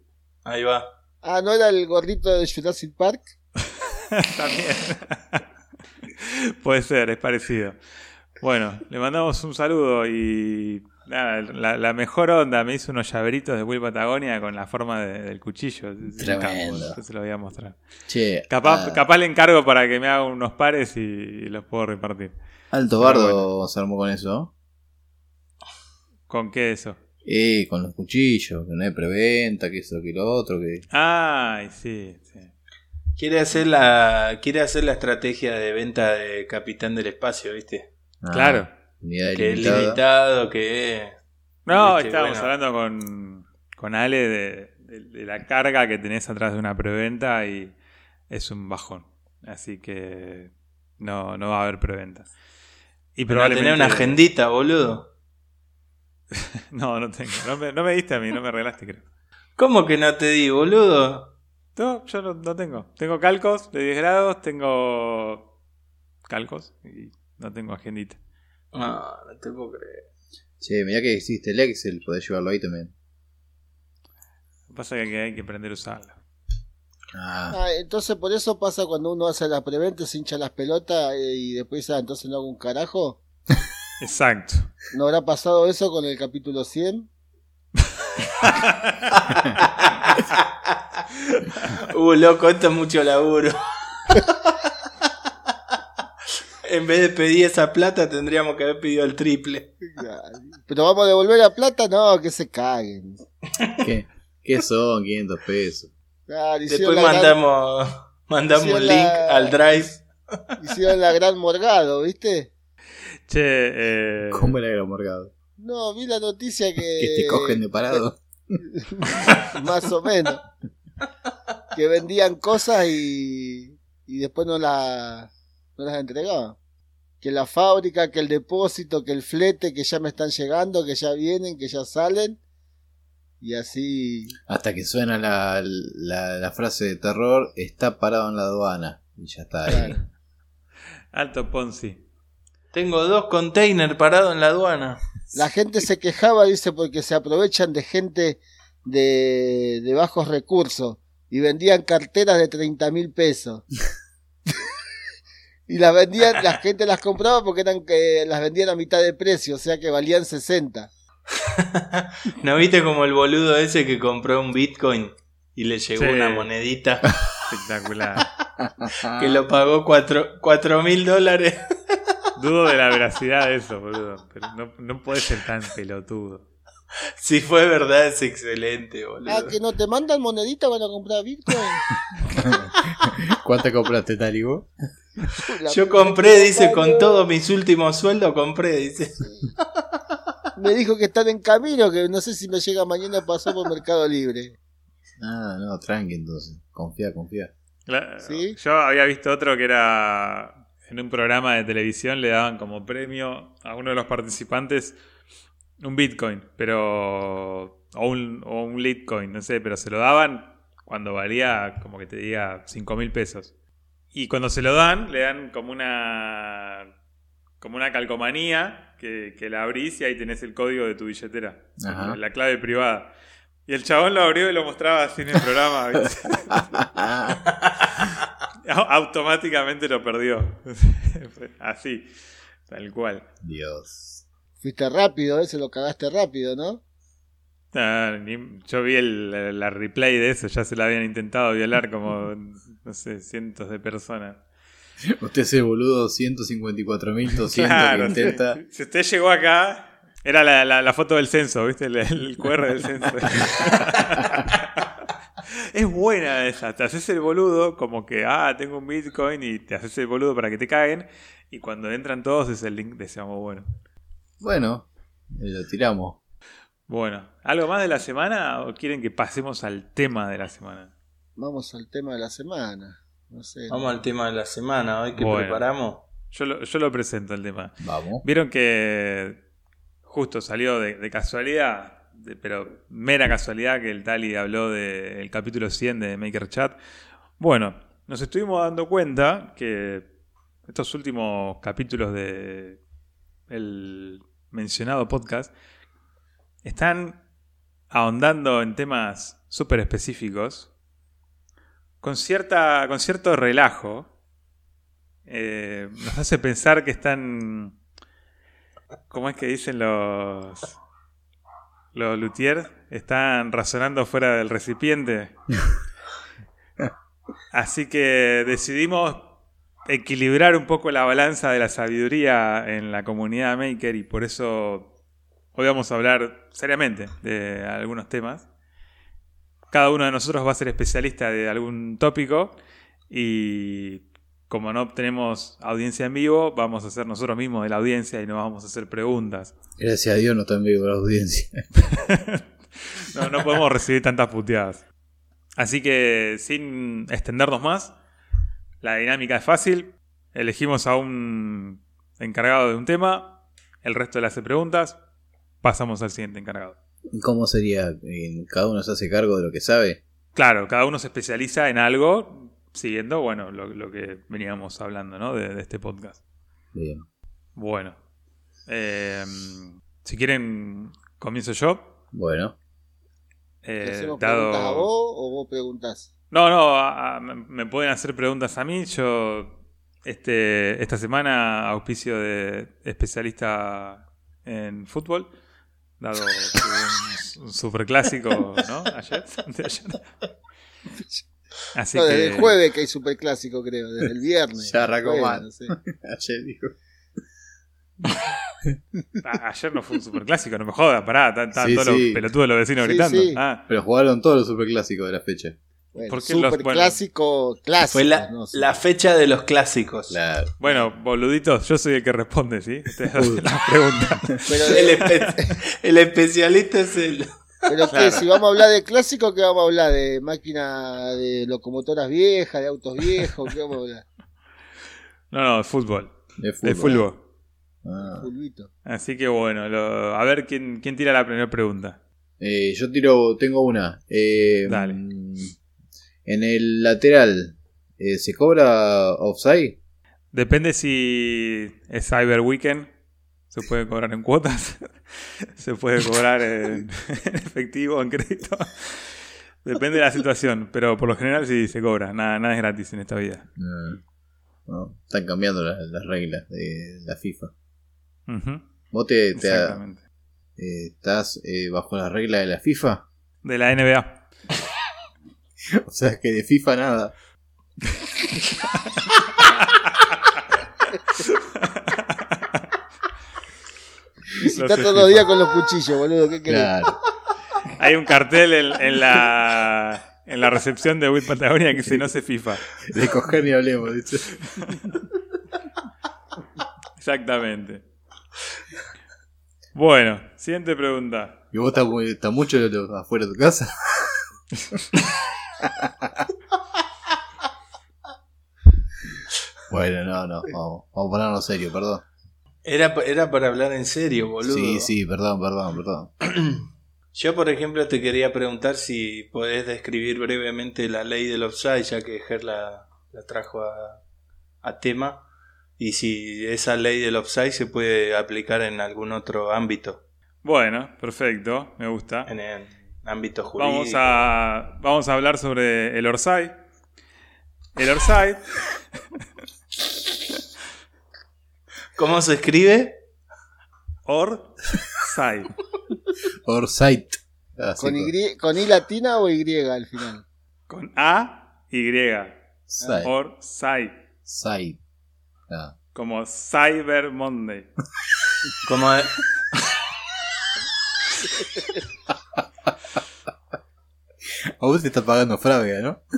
D: Ahí va.
F: Ah, ¿no era el gorrito de Jurassic Park?
G: También. Puede ser, es parecido. Bueno, le mandamos un saludo y nada, la, la mejor onda me hizo unos llaveritos de Will Patagonia con la forma de- del cuchillo. Es un
E: Tremendo.
G: capo, yo se lo voy a mostrar.
E: Che,
G: Capaz,
E: ah,
G: capaz le encargo para que me haga unos pares y, y los puedo repartir.
E: alto bardo se armó con eso, ¿no?
G: ¿Con qué eso?
E: Eh, con los cuchillos, que no hay preventa, que eso, que lo otro, que...
G: Ay, sí, sí.
D: Quiere hacer la, quiere hacer la estrategia de venta de Capitán del Espacio, ¿viste?
E: Ah,
G: Claro.
E: unidad
D: Que es
E: limitada.
D: limitado, que es-
G: No,
D: Este,
G: estábamos
D: bueno.
G: hablando con, con Ale de, de- de la carga que tenés atrás de una preventa y es un bajón. Así que no, no va a haber preventa. Y
D: Pero va a tener una agendita, boludo.
G: No, no tengo. No me, no me diste a mí, no me arreglaste, creo.
D: ¿Cómo que no te di, boludo?
G: No, yo no, no tengo. Tengo calcos de 10 grados, tengo calcos y no tengo agendita.
D: No, no te puedo creer.
E: Che, mirá que existe el Excel, podés llevarlo ahí también.
G: Lo que pasa es que hay que aprender a usarlo.
E: Ah,
F: Ah, entonces por eso pasa cuando uno hace la preventa, se hincha las pelotas eh, y después dice, ah, entonces no hago un carajo.
G: Exacto.
F: ¿No habrá pasado eso con el capítulo 100?
D: Uh, loco, esto es mucho laburo. en vez de pedir esa plata, tendríamos que haber pedido el triple.
F: Pero vamos a devolver la plata, no, que se caguen.
E: ¿qué, ¿Qué son 500 pesos?
F: Claro, hicieron,
D: Después
F: la gran,
D: mandamos, mandamos
F: hicieron
D: un link
F: la-
D: al Drive.
F: hicieron la gran morgado, ¿viste?
G: Che, eh,
E: ¿Cómo era el mercado?
F: No, vi la noticia que...
E: Que te cogen de parado.
F: Más o menos. Que vendían cosas y, y después no, la, no las entregaban. Que la fábrica, que el depósito, que el flete, que ya me están llegando, que ya vienen, que ya salen. Y así.
E: Hasta que suena la, la, la frase de terror, está parado en la aduana. Y ya está ahí.
F: claro.
G: alto Ponzi.
D: Tengo dos containers parados en la aduana.
F: La gente se quejaba, dice, porque se aprovechan de gente de, de bajos recursos y vendían carteras de 30 mil pesos. y las vendían, la gente las compraba porque eran que las vendían a mitad de precio, o sea que valían 60.
D: ¿No viste como el boludo ese que compró un Bitcoin y le llegó
G: Sí.
D: una monedita
G: Espectacular. Ah.
D: que lo pagó cuatro cuatro mil dólares?
G: Dudo de la veracidad de eso, boludo. Pero no, no puede ser tan pelotudo.
D: Si fue verdad, es excelente, boludo.
F: Ah, que no te mandan monedita para comprar Bitcoin.
E: ¿Cuánto compraste, Talibu?
F: La-
D: Yo compré, dice, con todos mis últimos sueldos compré, dice.
F: Me dijo que están en camino, que no sé si me llega mañana pasó por Mercado Libre.
E: Ah, no, tranqui entonces. Confía, confía.
G: La-
F: ¿Sí?
G: Yo había visto otro que era en un programa de televisión le daban como premio a uno de los participantes un Bitcoin, pero o un, o un Litecoin, no sé, pero se lo daban cuando valía como que te diga 5 mil pesos. Y cuando se lo dan, le dan como una como una calcomanía que, que la abrís y ahí tenés el código de tu billetera,
E: Ajá.
G: la clave privada. Y el chabón lo abrió y lo mostraba así en el programa. ¿viste? Au- Automáticamente lo perdió. Fue Así, tal cual.
E: Dios.
F: Fuiste rápido, eh, se lo cagaste rápido, ¿no?
G: No, ni- yo vi el- la replay de eso, ya se la habían intentado violar como, no sé, cientos de personas.
E: Usted es el boludo 154.200
G: Claro,
E: que intenta.
G: sí. Si usted llegó acá, era la, la- la foto del censo, ¿viste? El, el QR del censo. es buena esa. Te haces el boludo, como que, ah, tengo un Bitcoin y te haces el boludo para que te caguen. Y cuando entran todos es el link de ese amo bueno.
E: Bueno, eh, lo tiramos.
G: Bueno, ¿algo más de la semana o quieren que pasemos al tema de la semana?
F: Vamos al tema de la semana. No sé.
D: Vamos al tema de la semana, hoy que
G: Bueno.
D: preparamos.
G: Yo lo, yo lo presento el tema.
E: Vamos.
G: Vieron que justo salió de, de casualidad, de- pero mera casualidad que el Tali habló del capítulo 100 de Maker Chat. Bueno, nos estuvimos dando cuenta que estos últimos capítulos de el mencionado podcast están ahondando en temas súper específicos con, cierta, con cierto relajo. eh, nos hace pensar que están ¿Cómo es que dicen los. los luthiers? Están razonando fuera del recipiente. Así que decidimos equilibrar un poco la balanza de la sabiduría en la comunidad Maker y por eso hoy vamos a hablar seriamente de algunos temas. Cada uno de nosotros va a ser especialista de algún tópico y como no tenemos audiencia en vivo, vamos a ser nosotros mismos de la audiencia y no vamos a hacer preguntas.
E: Gracias a Dios no está en vivo la audiencia.
G: No, no podemos recibir tantas puteadas. Así que, sin extendernos más, la dinámica es fácil. Elegimos a un encargado de un tema, el resto le hace preguntas, pasamos al siguiente encargado.
E: ¿Cómo sería? Eh, ¿Cada uno se hace cargo de lo que sabe?
G: Claro, cada uno se especializa en algo, siguiendo, bueno, lo, lo que veníamos hablando, ¿no? De- de este podcast.
E: Bien.
G: Bueno. Eh, si quieren, comienzo yo.
E: Bueno.
G: Eh,
F: ¿Te hacemos
G: dado-
F: preguntas a vos o vos preguntás?
G: No, no, a- a- me- me pueden hacer preguntas a mí. Yo, este, esta semana, auspicio de especialista en fútbol, dado que un, un superclásico, ¿no? Ayer. de ayer. Así
F: no,
G: que,
F: desde el jueves que hay superclásico, creo. Desde el viernes.
E: Ya arrancó
F: Jueves,
E: mal.
F: no sé.
E: Ayer dijo.
G: a- ayer no fue un superclásico, no me jodas, pará, están
E: Sí,
G: todos
E: sí.
G: los pelotudos de los vecinos
F: Sí,
G: gritando.
F: sí.
G: Ah,
E: Pero jugaron todos los superclásicos de la fecha.
F: Bueno,
G: ¿Por qué los-
F: superclásico, clásico.
D: Fue la,
F: no sé.
D: la fecha de los clásicos.
E: Claro.
G: Bueno, boluditos, yo soy el que responde, ¿sí? Ustedes hacen las preguntas.
F: Pero,
D: El, em- espe- el especialista es el.
F: pero qué, si vamos a hablar de clásico, ¿qué vamos a hablar? ¿De máquina de locomotoras viejas, de autos viejos? ¿Qué vamos a hablar?
G: No, no, de fútbol.
E: De
G: De fútbol.
E: Ah.
F: Fulvito.
G: Así que bueno, lo- a ver quién, quién tira la primera pregunta.
E: Eh, yo tiro, tengo una. Eh,
G: Dale.
E: mm, En el lateral, eh, ¿se cobra offside?
G: Depende si es Cyber Weekend. Se puede cobrar en cuotas. Se puede cobrar en, en efectivo, en crédito. Depende de la situación, pero por lo general sí se cobra. Nada, nada es gratis en esta vida.
E: Mm. No, están cambiando la- las reglas de la FIFA.
G: Ujú,
E: ¿Vos te,
F: Este,
E: te-
G: Exactamente.
E: eh, estás eh, bajo las reglas de la FIFA?
G: De la NBA.
E: O sea, que de FIFA nada.
F: Si
G: No
F: está
G: sé
F: todos los
G: FIFA.
F: días con los cuchillos, boludo, ¿qué querés?
E: Claro.
G: Hay un cartel en, en la, en la recepción de Wii Patagonia que dice no se FIFA.
E: De coger ni hablemos. dice.
G: Exactamente. Bueno, siguiente pregunta.
E: ¿Y vos estás, muy- estás mucho de lo- afuera de tu casa? bueno, no, no, vamos, vamos a ponernos serio, perdón.
D: Era, pa- era para hablar en serio, boludo.
E: Sí, sí, perdón, perdón, perdón.
D: Yo, por ejemplo, te quería preguntar si podés describir brevemente la ley del offside, ya que Ger la, la trajo a, a tema, y si esa ley del offside se puede aplicar en algún otro ámbito,
G: Bueno, perfecto, me gusta.
D: en el ámbito jurídico.
G: Vamos a, vamos a hablar sobre el Orsay. el Orsay.
D: ¿Cómo se escribe?
G: Orsay.
E: Orsait. Ah, Así
F: ¿Con, y, ¿Con I latina o Y al final?
G: Con A, Y.
E: Site.
G: Orsay.
E: Site. Ah.
G: Como Cyber Monday.
D: ¿Cómo es?
E: A vos te está pagando Fravia, ¿no?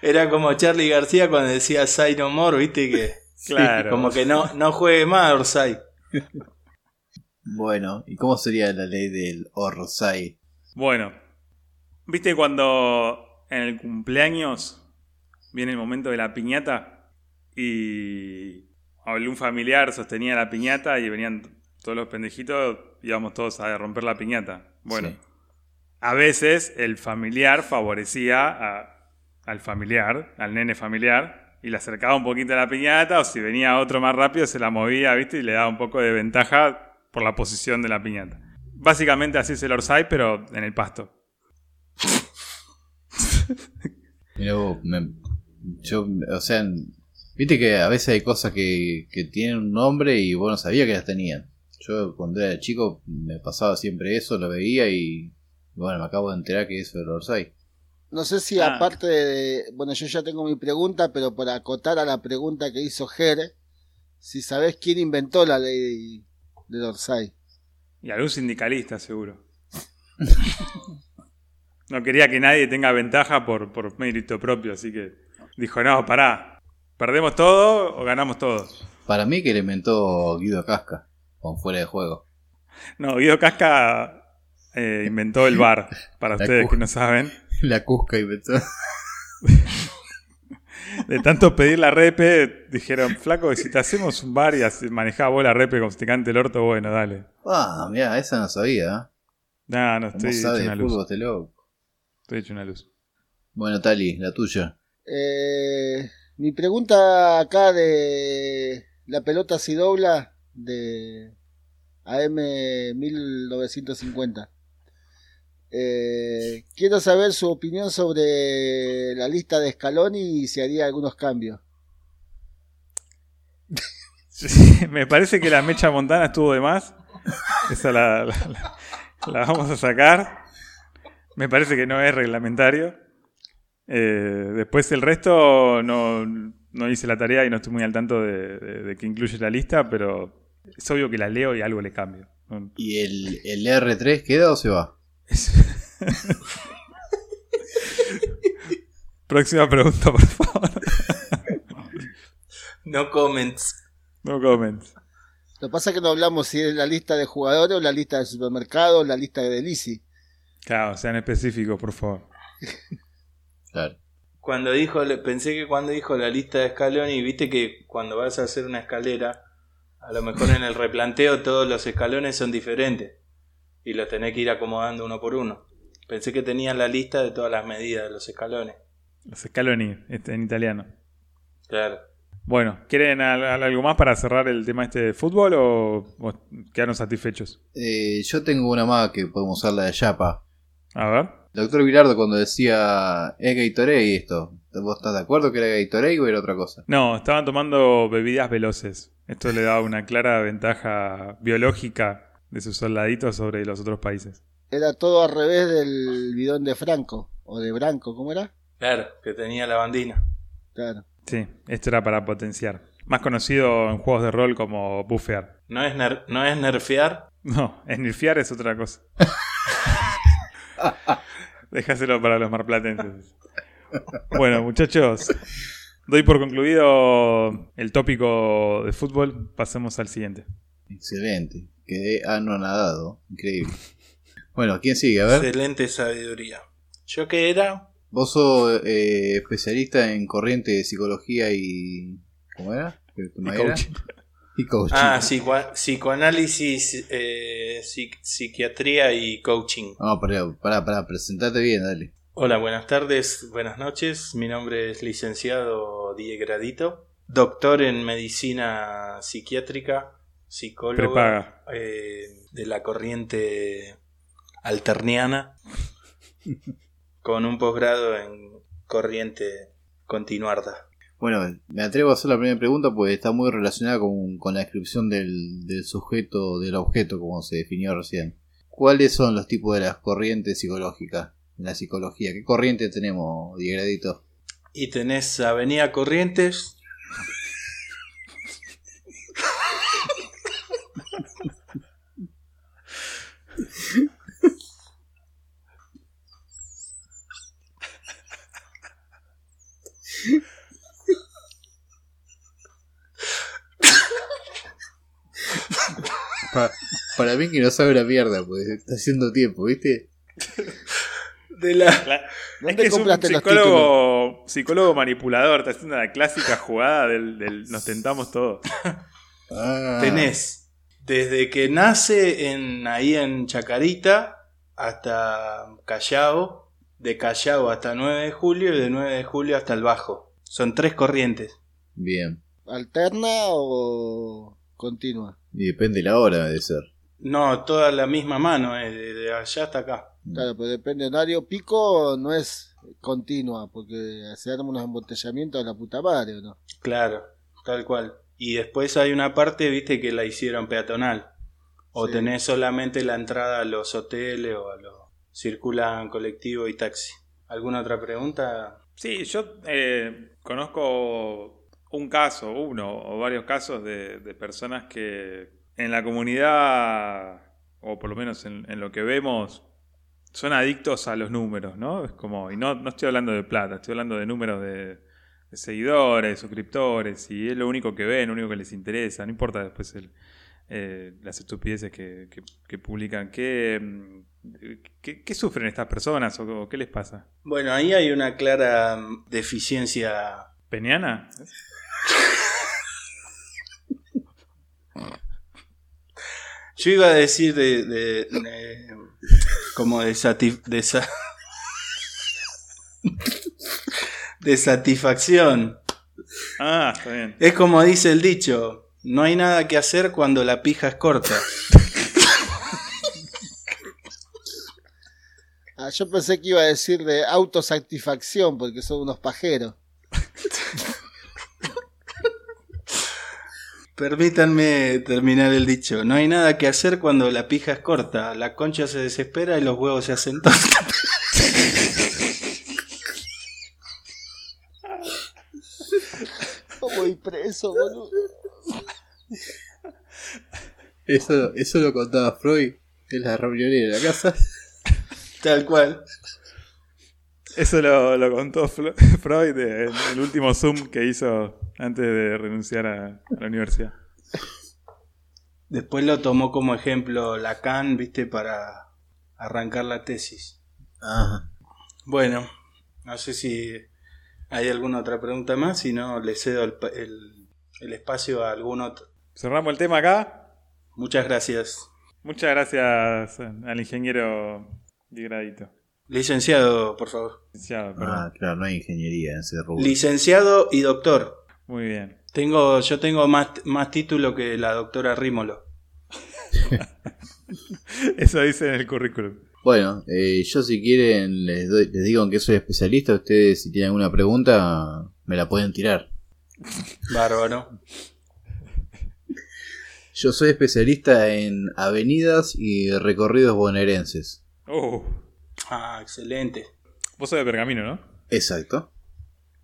D: Era como Charlie García cuando decía Say no more, ¿viste? Que,
G: Claro.
D: Como que no, no juegue más Orsay.
E: Bueno, ¿y cómo sería la ley del Orsay?
G: Bueno, ¿viste cuando en el cumpleaños viene el momento de la piñata y un familiar sostenía la piñata y venían todos los pendejitos y íbamos todos a romper la piñata? Bueno,
E: Sí.
G: a veces el familiar favorecía a- al familiar, al nene familiar, y le acercaba un poquito a la piñata o si venía otro más rápido se la movía, ¿viste? Y le daba un poco de ventaja por la posición de la piñata. Básicamente así es el Orsay, pero en el pasto.
E: Mirá vos, me- yo, o sea, viste que a veces hay cosas que, que tienen un nombre y vos no sabías que las tenían. Yo cuando era chico me pasaba siempre eso, lo veía y bueno, me acabo de enterar que eso era Orsay.
F: No sé si
G: Ah.
F: aparte de... Bueno, yo ya tengo mi pregunta, pero para acotar a la pregunta que hizo Ger, si sabés quién inventó la ley de Dorsay.
G: Y algún sindicalista, seguro. No quería que nadie tenga ventaja por, por mérito propio, así que dijo, no, pará, perdemos todo o ganamos todo.
E: Para mí que le inventó Guido Casca, con fuera de juego.
G: No, Guido Casca eh, inventó el bar, para
E: La
G: ustedes
E: cu-
G: que no saben.
E: La Cusca inventó.
G: De tanto pedir la repe, dijeron, flaco, si te hacemos un bar y hace- manejás vos la repe como si te cante el orto, bueno, dale.
E: Ah, mira, esa no sabía. ¿eh?
G: No, no,
E: ¿Cómo
G: estoy hecho
E: sabe
G: una
E: de
G: luz.
E: fútbol este loco?
G: Estoy hecho una luz.
E: Bueno, Tali, la tuya.
F: Eh, mi pregunta acá de la pelota si dobla de AM 1950. Eh, quiero saber su opinión sobre la lista de Scaloni y si haría algunos cambios.
G: Me parece que la mecha montana estuvo de más. Esa la, la- la- la vamos a sacar. Me parece que no es reglamentario. Eh, después el resto no, no hice la tarea y no estoy muy al tanto de, de- de que incluye la lista, pero es obvio que la leo y algo le cambio. Mm, No-
E: ¿Y el, el R3 queda o se va?
G: es- Próxima pregunta, por favor.
D: No comments.
G: No comments.
F: Lo que pasa es que no hablamos si es la lista de jugadores o la lista de supermercado o la lista de Lisi.
G: Claro, sean específicos, por favor.
E: Claro.
D: Cuando dijo, pensé que cuando dijo la lista de Scaloni, viste que cuando vas a hacer una escalera, a lo mejor en el replanteo todos los escalones son diferentes y los tenés que ir acomodando uno por uno. Pensé que tenían la lista de todas las medidas de los escalones.
G: Los Scaloni, este, en italiano.
D: Claro.
G: Bueno, ¿quieren al- al- algo más para cerrar el tema este de fútbol o, o quedaron satisfechos?
E: Eh, yo tengo una más que podemos usar la de Yapa.
G: A ver.
E: Doctor Bilardo cuando decía es Gatorade esto, ¿vos estás de acuerdo que era Gatorade o era otra cosa?
G: No, estaban tomando bebidas veloces. Esto le da una clara ventaja biológica de sus soldaditos sobre los otros países.
F: Era todo al revés del bidón de Franco o de Branco, ¿cómo era?
D: Claro, que tenía la bandina.
F: Claro.
G: Sí, esto era para potenciar. Más conocido en juegos de rol como buffear.
D: No es, ner- no es nerfear.
G: No, esnirfiar es otra cosa. Dejáselo para los marplatenses. Bueno, muchachos, doy por concluido el tópico de fútbol. Pasemos al siguiente.
E: Excelente, quedé anonadado, increíble. Bueno, ¿quién sigue? A ver,
D: Excelente sabiduría. ¿Yo qué era?
E: vos sos eh, especialista en corriente de psicología y... ¿Cómo era? ¿Cómo
G: Y
E: era?
G: coaching.
E: Y coaching.
D: Ah, psicua- psicoanálisis, eh, psic- psiquiatría y coaching.
E: No, pará, pará, pará, presentate bien, dale.
D: Hola, buenas tardes, buenas noches. Mi nombre es licenciado Diego Gradito, doctor en medicina psiquiátrica, psicólogo
G: Prepaga.
D: eh, de la corriente alterniana, con un posgrado en corriente continuarda.
E: Bueno, me atrevo a hacer la primera pregunta porque está muy relacionada con, con la descripción del, del sujeto, del objeto, como se definió recién. ¿Cuáles son los tipos de las corrientes psicológicas en la psicología? ¿Qué corriente tenemos, Diegradito?
D: Y tenés Avenida Corrientes.
E: Pa- para mí que no sabe la mierda, pues está haciendo tiempo, ¿viste?
D: De la...
G: La-
F: ¿Dónde
G: es que es un
F: compraste los
G: psicólogo, psicólogo manipulador, está haciendo la clásica jugada del, del nos tentamos todos.
E: Ah,
D: Tenés desde que nace en, ahí en Chacarita hasta Callao, de Callao hasta 9 de julio y de 9 de julio hasta el Bajo. Son tres corrientes.
E: Bien.
F: ¿Alterna o continua?
E: Y depende la hora de ser.
D: No, toda la misma mano, eh, de, de allá hasta acá.
F: Claro, pero depende del horario pico, no es continua, porque se arman unos embotellamientos a la puta madre, ¿o no?
D: Claro, tal cual. Y después hay una parte, viste, que la hicieron peatonal. O
F: Sí.
D: tenés solamente la entrada a los hoteles o a los... Circulan colectivo y taxi. ¿Alguna otra pregunta?
G: Sí, yo eh, conozco un caso, uno o varios casos de, de personas que en la comunidad, o por lo menos en, en lo que vemos, son adictos a los números, ¿no? Es como, y no, no estoy hablando de plata, estoy hablando de números de, de seguidores, suscriptores, y es lo único que ven, lo único que les interesa, no importa después el, eh, las estupideces que, que- que publican. ¿Qué, mm, qué, qué sufren estas personas o, o qué les pasa?
D: Bueno, ahí hay una clara mm, deficiencia
G: ¿Peniana?
D: Yo iba a decir de, de- de- como de satis- de sa- de satisfacción.
G: Ah, está bien.
D: Es como dice el dicho, no hay nada que hacer cuando la pija es corta.
F: Ah, yo pensé que iba a decir de autosatisfacción, porque son unos pajeros.
D: Permítanme terminar el dicho, no hay nada que hacer cuando la pija es corta, la concha se desespera y los huevos se hacen torta.
F: No voy preso, boludo.
E: Eso, eso lo contaba Freud en las reuniones de la casa.
D: Tal cual.
G: Eso lo, lo contó Flo- Freud en el último Zoom que hizo antes de renunciar a, a la universidad.
D: Después lo tomó como ejemplo Lacan, viste, para arrancar la tesis.
E: Ajá.
D: Bueno, no sé si hay alguna otra pregunta más, si no le cedo el, pa- el- el espacio a algún otro.
G: Cerramos el tema acá.
D: Muchas gracias.
G: Muchas gracias al ingeniero Digradito.
D: Licenciado, por favor.
G: Licenciado, perdón.
E: Ah, claro, no hay ingeniería en ese rubro.
D: Licenciado y doctor.
G: Muy bien.
D: Tengo, yo tengo más, más título que la doctora Rímolo.
G: Eso dice en el currículum.
E: Bueno, eh, yo si quieren les, doy- les digo en qué soy especialista. Ustedes si tienen alguna pregunta me la pueden tirar.
D: Bárbaro.
E: Yo soy especialista en avenidas y recorridos bonaerenses.
G: Uh,
D: Ah, excelente.
G: vos sos de pergamino, ¿no?
E: Exacto.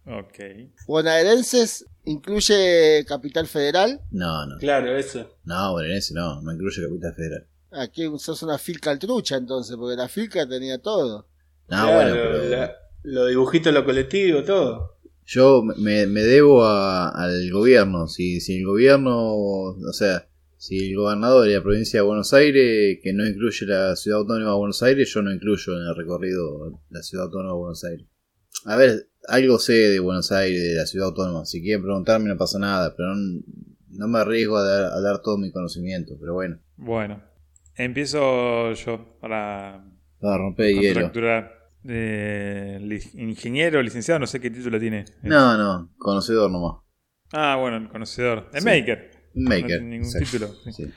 G: Ok.
F: Bonaerenses incluye Capital Federal.
E: No, no.
D: Claro, eso.
E: No, bonaerense no. No incluye Capital Federal.
F: Aquí sos una filca trucha entonces, porque la filca tenía todo.
E: No,
D: Claro,
E: Ah, bueno, pero...
D: la- lo dibujito, lo colectivo, todo.
E: Yo me, me debo a- al gobierno. Si, si el gobierno, o sea, si el gobernador de la provincia de Buenos Aires, que no incluye la ciudad autónoma de Buenos Aires, yo no incluyo en el recorrido la ciudad autónoma de Buenos Aires. A ver, algo sé de Buenos Aires, de la ciudad autónoma. Si quieren preguntarme, no pasa nada, pero no, no me arriesgo a dar, a dar todo mi conocimiento. Pero bueno,
G: Bueno. Empiezo yo para
E: a romper el hielo.
G: contracturar. Eh, li- ingeniero, licenciado, no sé qué título tiene.
E: No, no, conocedor nomás.
G: Ah, bueno, el conocedor. El
E: Sí.
G: Maker. No
E: Maker.
G: tiene ningún
E: exacto.
G: título. Sí.
E: Sí.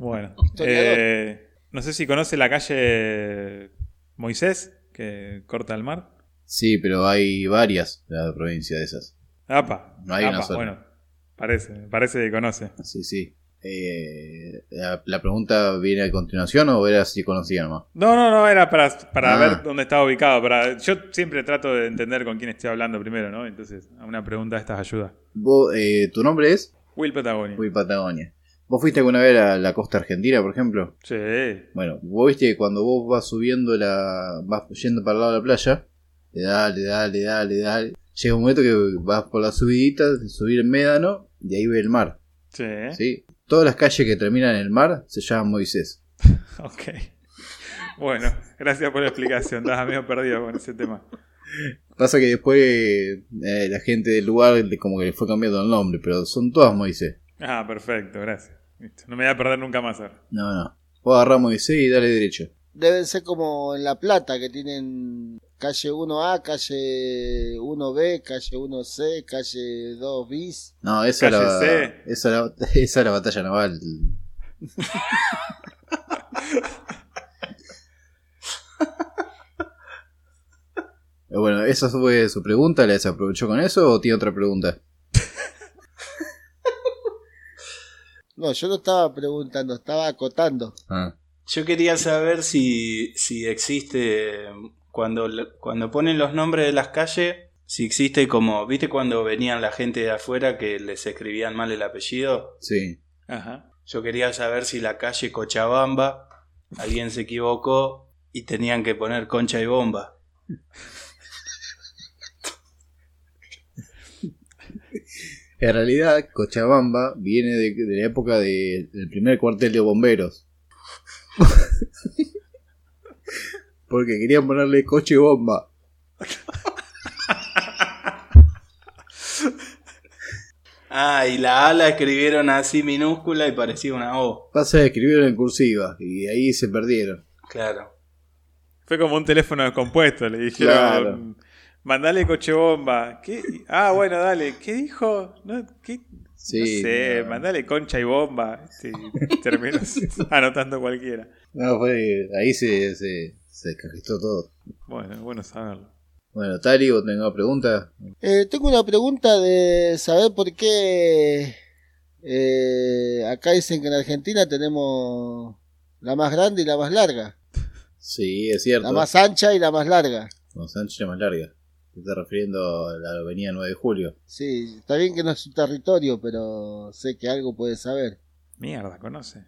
G: Bueno.
F: Historiador.
G: Eh, no sé si conoce la calle Moisés, que corta el mar.
E: Sí, pero hay varias de la provincia de esas.
G: Apa.
E: No hay
G: apa,
E: una sola.
G: Bueno, parece, parece que conoce.
E: Sí, sí. Eh, la, la pregunta viene a continuación o era si conocía nomás?
G: No, no, no, era para, para
E: Ah.
G: ver dónde estaba ubicado. Para, yo siempre trato de entender con quién estoy hablando primero, ¿no? Entonces, a una pregunta de estas ayuda.
E: Vos, eh, ¿Tu nombre es?
G: Will Patagonia.
E: Uy, Patagonia. ¿Vos fuiste alguna vez a la costa argentina, por ejemplo?
G: Sí.
E: Bueno, vos viste que cuando vos vas subiendo la. vas yendo para el lado de la playa, le da, le da, le da, le da. Llega un momento que vas por la subidita, subir el médano, y ahí ve el mar.
G: Sí.
E: ¿sí? Todas las calles que terminan en el mar se llaman Moisés.
G: Ok. Bueno, gracias por la explicación. Estaba medio perdido con ese tema.
E: Pasa que después eh, la gente del lugar le- como que le fue cambiando el nombre, pero son todas Moisés.
G: Ah, perfecto, gracias. Listo. No me voy a perder nunca más ahora.
E: No, no. Vos agarrás Moisés y dale derecho.
F: Deben ser como en La Plata, que tienen calle 1A, calle 1B, calle 1C, calle 2 bis.
E: No, esa es la,
G: Cállese.
E: esa, la, esa es la batalla naval. Eh, bueno, ¿esa fue su pregunta? ¿La desaprovechó con eso o tiene otra pregunta?
F: No, yo no estaba preguntando, estaba acotando.
E: Ah.
D: Yo quería saber si, si existe, eh, cuando, le- cuando ponen los nombres de las calles, si existe como, viste cuando venían la gente de afuera que les escribían mal el apellido.
E: Sí.
G: Ajá.
D: Yo quería saber si la calle Cochabamba, alguien se equivocó y tenían que poner concha y bomba.
E: En realidad, Cochabamba viene de, de la época de- del primer cuartel de bomberos. Porque querían ponerle coche bomba.
D: Ah, y la A la escribieron así minúscula y parecía una O.
E: Pasa que escribieron en cursiva y ahí se perdieron.
D: Claro.
G: Fue como un teléfono descompuesto, le dijeron.
E: Claro.
G: Mandale coche bomba. ¿Qué? Ah, bueno, dale. ¿Qué dijo? No, ¿qué?
E: Sí,
G: no sé,
E: no.
G: mandale concha y bomba. Este, terminó anotando cualquiera.
E: No, fue, ahí se, se, se descajistó todo.
G: Bueno, es bueno saberlo.
E: Bueno, Tari, ¿vos tenés una pregunta?
F: Eh, tengo una pregunta de saber por qué eh, acá dicen que en Argentina tenemos la más grande y la más larga.
E: Sí, es cierto.
F: La más ancha y la más larga.
E: Con Sánchez más larga. Te estás refiriendo a la avenida 9 de julio.
F: Sí, está bien que no es su territorio, pero sé que algo puede saber.
G: Mierda, conoce.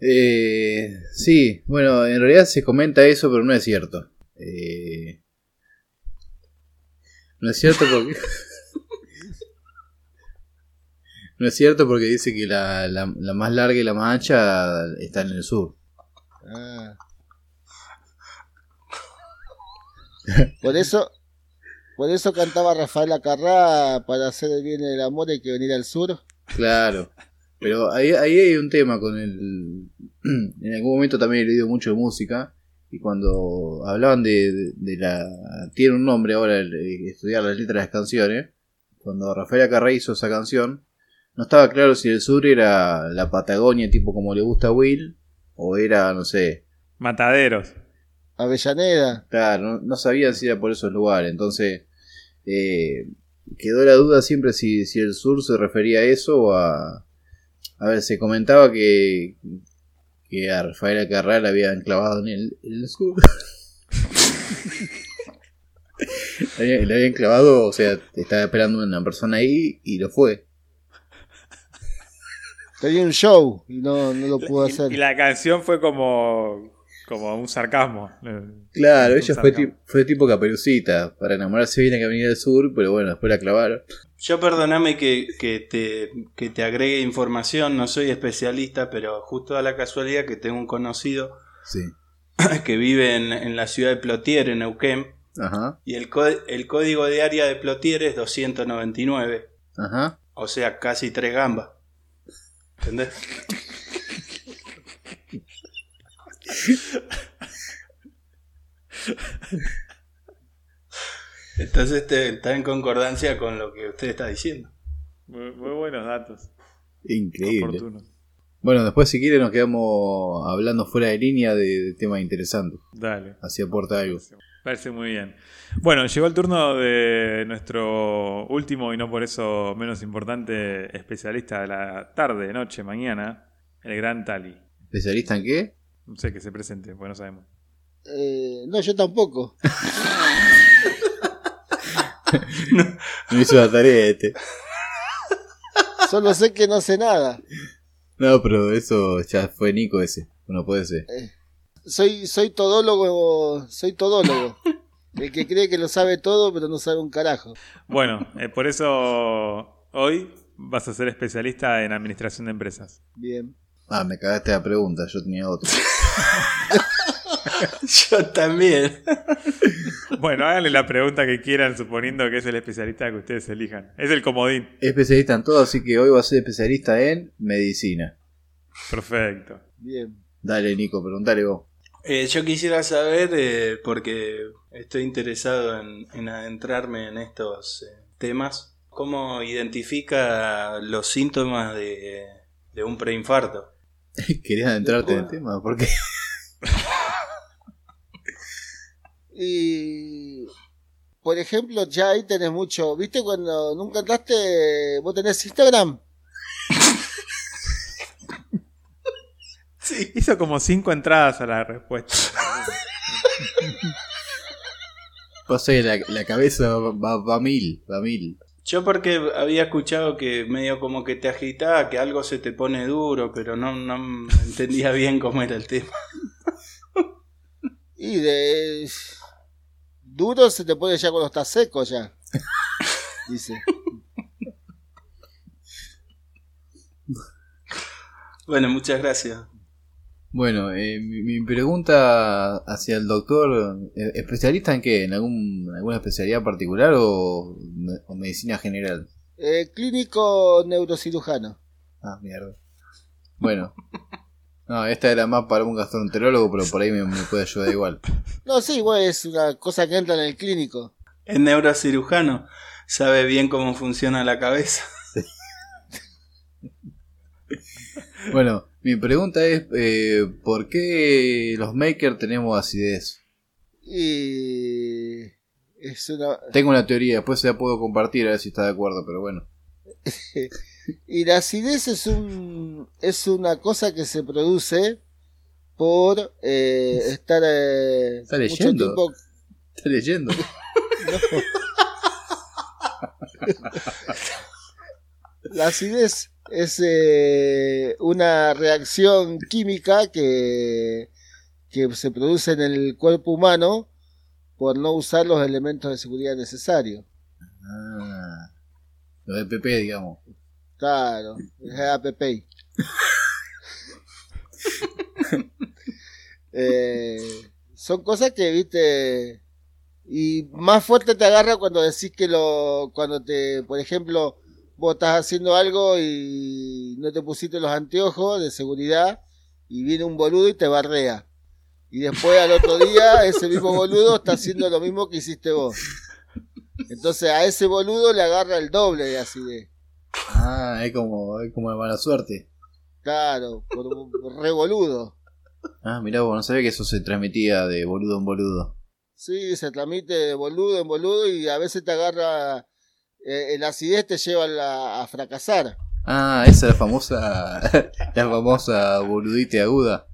E: Eh, sí, bueno, en realidad se comenta eso, pero no es cierto. Eh, no es cierto porque... no es cierto porque dice que la, la- la más larga y la más ancha están en el sur.
F: Ah. Por eso, por eso cantaba Rafael Acarrá para hacer el bien y el amor hay que venir al sur.
E: Claro. Pero ahí, ahí hay un tema con el... En algún momento también he leído mucho de música. Y cuando hablaban de, de- de la... Tiene un nombre ahora el- el estudiar las letras de las canciones. Cuando Rafael Acarrey hizo esa canción, no estaba claro si el sur era la Patagonia tipo como le gusta a Will. O era, no sé.
G: Mataderos.
F: Avellaneda.
E: Claro, no, no sabían si era por esos lugares. Entonces... eh, quedó la duda siempre si, si el sur se refería a eso o a... A ver, se comentaba que, que a Rafaela Carral la habían clavado en el, en el sur. La habían- la habían clavado, o sea, estaba esperando una persona ahí y lo fue.
F: Tenía un show y no, no lo pudo
G: Y,
F: hacer.
G: y la canción fue como, como un sarcasmo.
E: Claro, ella
G: Un
E: fue,
G: sarcasmo.
E: ti- fue tipo caperucita. Para enamorarse bien hay que venir al sur, pero bueno, después la clavaron.
D: Yo perdoname que, que te, que te agregue información, no soy especialista, pero justo da la casualidad que tengo un conocido
E: Sí.
D: que vive en, en la ciudad de Plotier, en Neuquén,
E: Ajá,
D: y el, co- el código de área de Plotier es 299,
E: ajá.
D: o sea, casi tres gambas. ¿Entendés? Entonces te- está en concordancia con lo que usted está diciendo.
G: Muy, muy buenos datos.
E: Increíble.
G: Oportunos.
E: Bueno, después si quiere nos quedamos hablando fuera de línea de, de temas interesantes.
G: Dale.
E: Así aporta algo.
G: Parece muy bien. Bueno, llegó el turno de nuestro último y no por eso menos importante especialista de la tarde, noche, mañana, el gran Tali.
E: ¿Especialista en qué?
G: No sé que se presente, porque no sabemos.
F: Eh, no, yo tampoco.
E: No hizo la tarea este.
F: Solo sé que no sé nada.
E: No, pero eso ya fue Nico ese. No puede ser.
F: Soy, soy todólogo, soy todólogo. El que cree que lo sabe todo, pero no sabe un carajo.
G: Bueno, eh, por eso hoy vas a ser especialista en administración de empresas.
F: Bien.
E: Ah, me cagaste la pregunta, yo tenía otra.
D: Yo también.
G: Bueno, háganle la pregunta que quieran, suponiendo que es el especialista que ustedes elijan. Es el comodín.
E: Especialista en todo, así que hoy va a ser especialista en medicina.
G: Perfecto.
F: Bien.
E: Dale, Nico, preguntale vos.
D: Eh, yo quisiera saber, eh, porque estoy interesado en, en adentrarme en estos eh, temas, cómo identifica los síntomas de, de un preinfarto.
E: ¿Querías adentrarte en el tema? ¿Por qué?
F: Y por ejemplo, ya ahí tenés mucho. ¿Viste cuando nunca entraste? ¿Vos tenés Instagram?
G: Hizo como cinco entradas a la respuesta.
E: Pasa que la, la cabeza va, va- va mil, va mil.
D: Yo porque había escuchado que medio como que te agitaba, que algo se te pone duro, pero no, no entendía bien cómo era el tema.
F: Y de. Duro se te pone ya cuando está seco ya. Dice.
D: Bueno, muchas gracias.
E: Bueno, eh, mi, mi pregunta hacia el doctor, eh, ¿especialista en qué? ¿En algún, en alguna especialidad particular o, me- o medicina general?
F: Eh, clínico neurocirujano.
E: Ah, mierda. Bueno. No, esta era más para un gastroenterólogo, pero por ahí me, me puede ayudar igual.
F: No, sí, güey, es una cosa que entra en el clínico.
D: Es neurocirujano, sabe bien cómo funciona la cabeza.
E: Bueno, mi pregunta es, eh, ¿por qué los makers tenemos acidez?
F: Y. Es una.
E: Tengo una teoría, después se la puedo compartir a ver si está de acuerdo, pero bueno.
F: Y la acidez es un es una cosa que se produce por eh, estar eh,
E: ¿Está leyendo?
F: tiempo-
E: Está leyendo.
F: La acidez es eh, una reacción química que, que se produce en el cuerpo humano por no usar los elementos de seguridad necesarios.
E: Ah, lo de PP, digamos.
F: Claro, es APP. Eh, son cosas que viste y más fuerte te agarra cuando decís que lo cuando te por ejemplo vos estás haciendo algo y no te pusiste los anteojos de seguridad y viene un boludo y te barrea y después al otro día ese mismo boludo está haciendo lo mismo que hiciste vos entonces a ese boludo le agarra el doble de acidez
E: Ah, es como, es como de mala suerte.
F: Claro, por un revoludo.
E: Ah, mirá vos, no sabía que eso se transmitía de boludo en boludo.
F: Sí, se tramite de boludo en boludo y a veces te agarra. eh, el acidez te lleva a, la- a fracasar.
E: Ah, esa es la famosa, la famosa boludite aguda.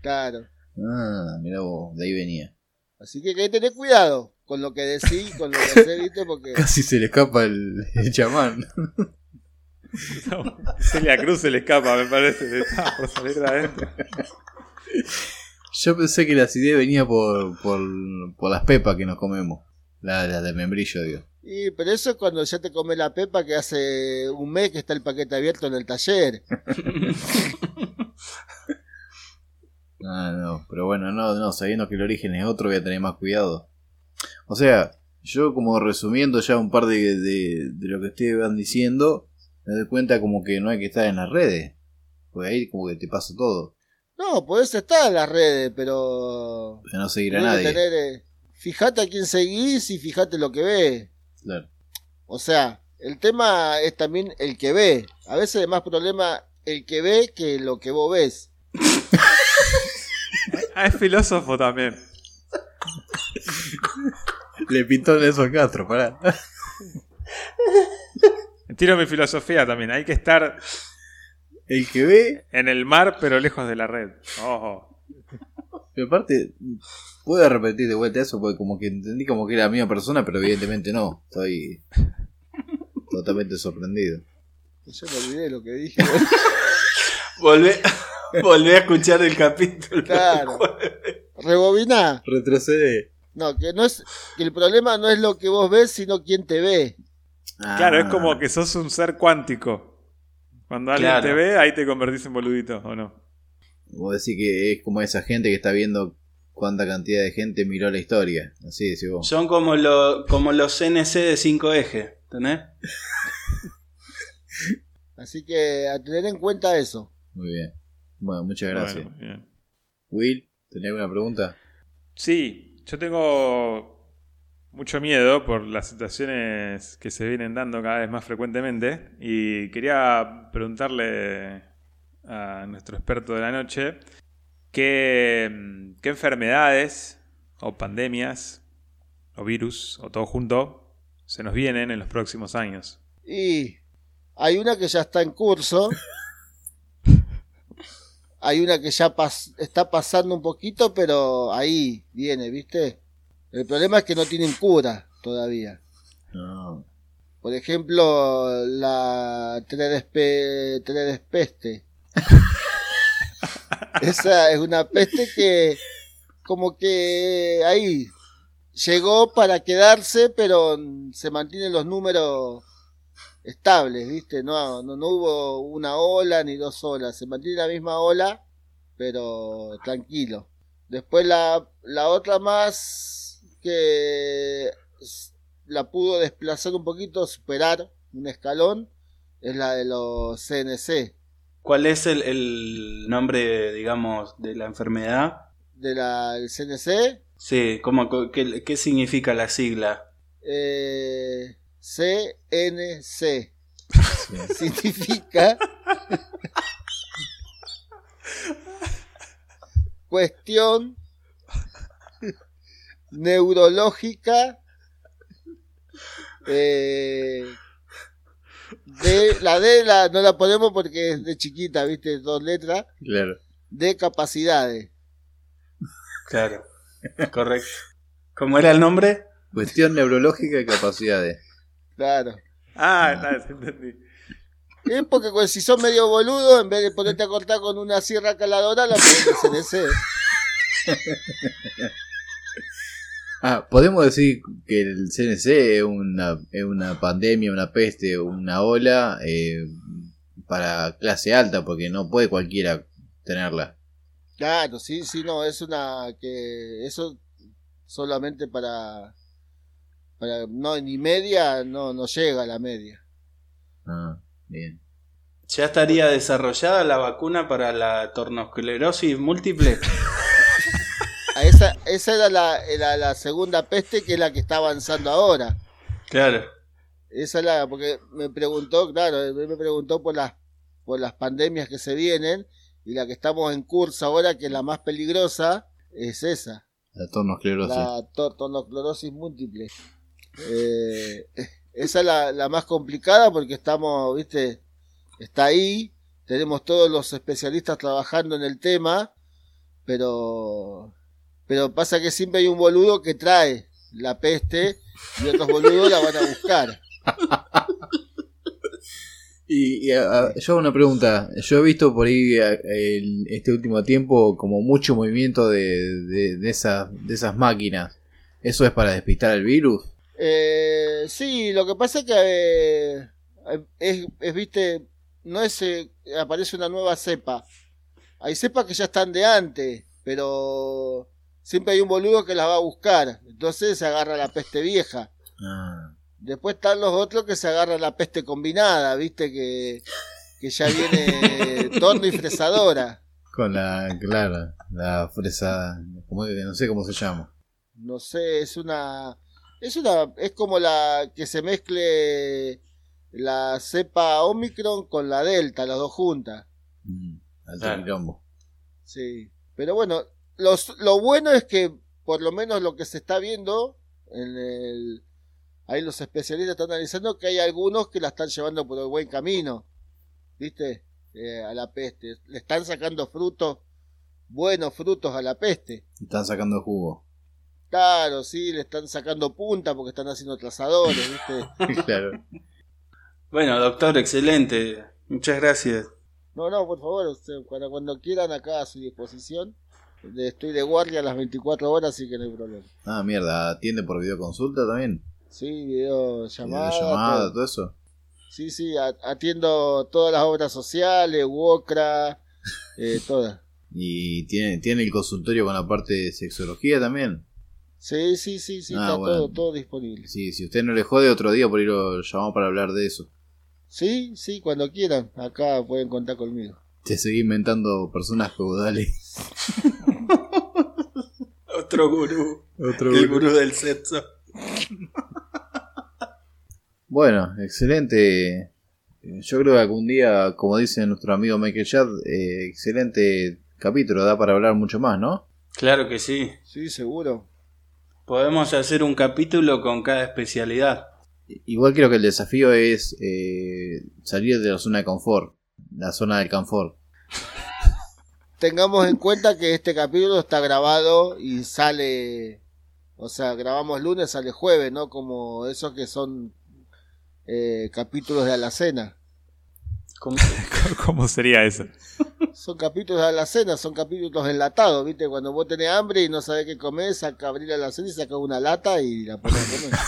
F: Claro.
E: Ah, mirá vos, de ahí venía.
F: Así que hay que tener cuidado con lo que decís, con lo que hacés, ¿viste? Porque.
E: Casi se le escapa el, el chamán.
G: Celia Cruz se le escapa, me parece. que Está por salir de adentro.
E: Yo pensé que la acidez venía por, por, por las pepas que nos comemos. La, la de membrillo, digo.
F: Y, pero eso es cuando ya te come la pepa que hace un mes que está el paquete abierto en el taller.
E: Ah, no, pero bueno, no, no, sabiendo que el origen es otro, voy a tener más cuidado. O sea, yo como resumiendo ya un par de, de, de lo que ustedes van diciendo, me doy cuenta como que no hay que estar en las redes. Porque ahí como que te pasa todo.
F: No, podés estar en las redes, pero.
E: De no seguir a
F: tenés que
E: nadie.
F: tener, eh, fijate a quién seguís y fijate lo que ves.
E: Claro.
F: O sea, el tema es también el que ve. A veces es más problema el que ve que lo que vos ves.
G: Ah, es filósofo también.
E: Le pintó Nelson Castro, pará.
G: Tiro mi filosofía también. Hay que estar
E: El que ve,
G: en el mar, pero lejos de la red. Ojo.
E: pero aparte, puedo repetir de vuelta eso porque como que entendí como que era la misma persona, pero evidentemente no. Estoy totalmente sorprendido.
F: Yo me olvidé lo que dije.
D: Volvé, volvé a escuchar el capítulo.
F: Claro. Rebobina.
E: Retrocede.
F: No, que no es que el problema no es lo que vos ves, sino quién te ve.
G: Claro, es
E: Ah.
G: como que sos un ser cuántico. Cuando alguien
D: Claro.
G: te ve, ahí te convertís en boludito, ¿o no?
E: Vos decís que es como esa gente que está viendo cuánta cantidad de gente miró la historia. Así decís vos.
D: Son como, lo- como los NC de 5 ejes, ¿entendés?
F: Así que a tener en cuenta eso.
E: Muy bien. Bueno, muchas gracias.
G: Bueno, bien.
E: Will, ¿tenés alguna pregunta?
G: Sí, yo tengo mucho miedo por las situaciones que se vienen dando cada vez más frecuentemente y quería preguntarle a nuestro experto de la noche qué, mm, qué enfermedades o pandemias o virus o todo junto se nos vienen en los próximos años.
F: Y hay una que ya está en curso. Hay una que ya pas- está pasando un poquito, pero ahí viene, ¿viste? El problema es que no tienen cura todavía.
E: No.
F: Por ejemplo, la tredespe- tredespeste. Esa es una peste que como que ahí llegó para quedarse, pero se mantienen los números estables, ¿viste? No, no, no hubo una ola ni dos olas, se mantiene la misma ola, pero tranquilo. Después la, la otra más que s- la pudo desplazar un poquito, superar un escalón, es la de los CNC,
D: ¿Cuál es el, el nombre, digamos, de la enfermedad?
F: de la el CNC,
D: Sí, ¿cómo, co- qué, qué significa la sigla?
F: eh, CNC,
E: Sí.
F: significa cuestión neurológica eh, de la D la, no la ponemos porque es de chiquita, viste, dos letras,
E: Claro.
F: de capacidades.
D: Claro, correcto. ¿Cómo era el nombre?
E: Cuestión neurológica y capacidades.
F: Claro.
G: Ah, está, entendí.
F: Es porque pues, si sos medio boludo, en vez de ponerte a cortar con una sierra caladora, la pones en ese.
E: Ah, podemos decir que el CNC es una, es una pandemia, una peste, una ola eh, para clase alta, porque no puede cualquiera tenerla.
F: Claro, sí, sí, no, es una que eso solamente para, para no ni media, no, no llega a la media.
E: Ah, bien.
D: ¿Ya estaría desarrollada la vacuna para la tornosclerosis múltiple?
F: A esa, esa era la, era la segunda peste que es la que está avanzando ahora.
D: Claro.
F: Esa es la, porque me preguntó, claro, él me preguntó por las, por las pandemias que se vienen y la que estamos en curso ahora, que es la más peligrosa, es esa.
E: La tornosclerosis.
F: la tor- tornoclorosis múltiple. Eh, esa es la, la más complicada porque estamos, viste, está ahí, tenemos todos los especialistas trabajando en el tema, pero pero pasa que siempre hay un boludo que trae la peste y otros boludos la van a buscar.
E: Y, y, a- a- yo hago una pregunta. Yo he visto por ahí a- el- este último tiempo como mucho movimiento de, de, de esas, de esas máquinas. ¿Eso es para despistar al virus?
F: Eh, sí, lo que pasa es que eh, es, es, viste, no es, eh, aparece una nueva cepa. Hay cepas que ya están de antes, pero siempre hay un boludo que las va a buscar. Entonces se agarra la peste vieja.
E: Ah,
F: Después están los otros que se agarran la peste combinada, viste, que, que ya viene torno y fresadora.
E: con la, claro, la fresa, como, no sé cómo se llama.
F: No sé, es una. Es una. Es como la que se mezcle la cepa Omicron con la Delta, las dos juntas.
E: Mm, Alto
D: Claro.
E: quilombo.
F: Sí. Pero bueno, los, lo bueno es que por lo menos lo que se está viendo en el- ahí los especialistas están analizando que hay algunos que la están llevando por el buen camino, ¿viste? Eh, a la peste. Le están sacando frutos, buenos frutos a la peste.
E: Están sacando jugo.
F: Claro, sí, le están sacando punta porque están haciendo trazadores, ¿viste?
E: claro.
D: Bueno, doctor, excelente. Muchas gracias.
F: No, no, por favor, usted, cuando, cuando quieran acá a su disposición. De- Estoy de guardia a las 24 horas, así que no hay problema.
E: Ah, mierda. Atiende por videoconsulta también.
F: Sí, videollamada.
E: Llamada,
F: todo.
E: todo eso.
F: Sí, sí, a- atiendo todas las obras sociales, WOCRA, eh, todas.
E: Y tiene, tiene el consultorio con la parte de sexología también.
F: Sí, sí, sí, sí,
E: Ah,
F: está
E: bueno.
F: todo, todo disponible.
E: Sí, si usted no le jode otro día por ir lo llamamos para hablar de eso.
F: Sí, sí, cuando quieran, acá pueden contar conmigo.
E: Te seguí inventando personas feudales.
D: Otro gurú.
E: Otro
D: El gurú del sexo.
E: Bueno, excelente. Yo creo que algún día, como dice nuestro amigo Michael Yard, eh, excelente capítulo, da para hablar mucho más, ¿no?
D: Claro que sí.
F: Sí, seguro.
D: Podemos hacer un capítulo con cada especialidad.
E: Igual creo que el desafío es eh, salir de la zona de confort, la zona del confort.
F: Tengamos en cuenta que este capítulo está grabado y sale, o sea, grabamos lunes, sale jueves, ¿no? Como esos que son eh, capítulos de Alacena.
D: Como-
G: ¿Cómo sería eso?
F: Son capítulos de alacena, son capítulos enlatados, ¿viste? Cuando vos tenés hambre y no sabés qué comer, saca abrir la alacena y saca una lata y la pones a comer.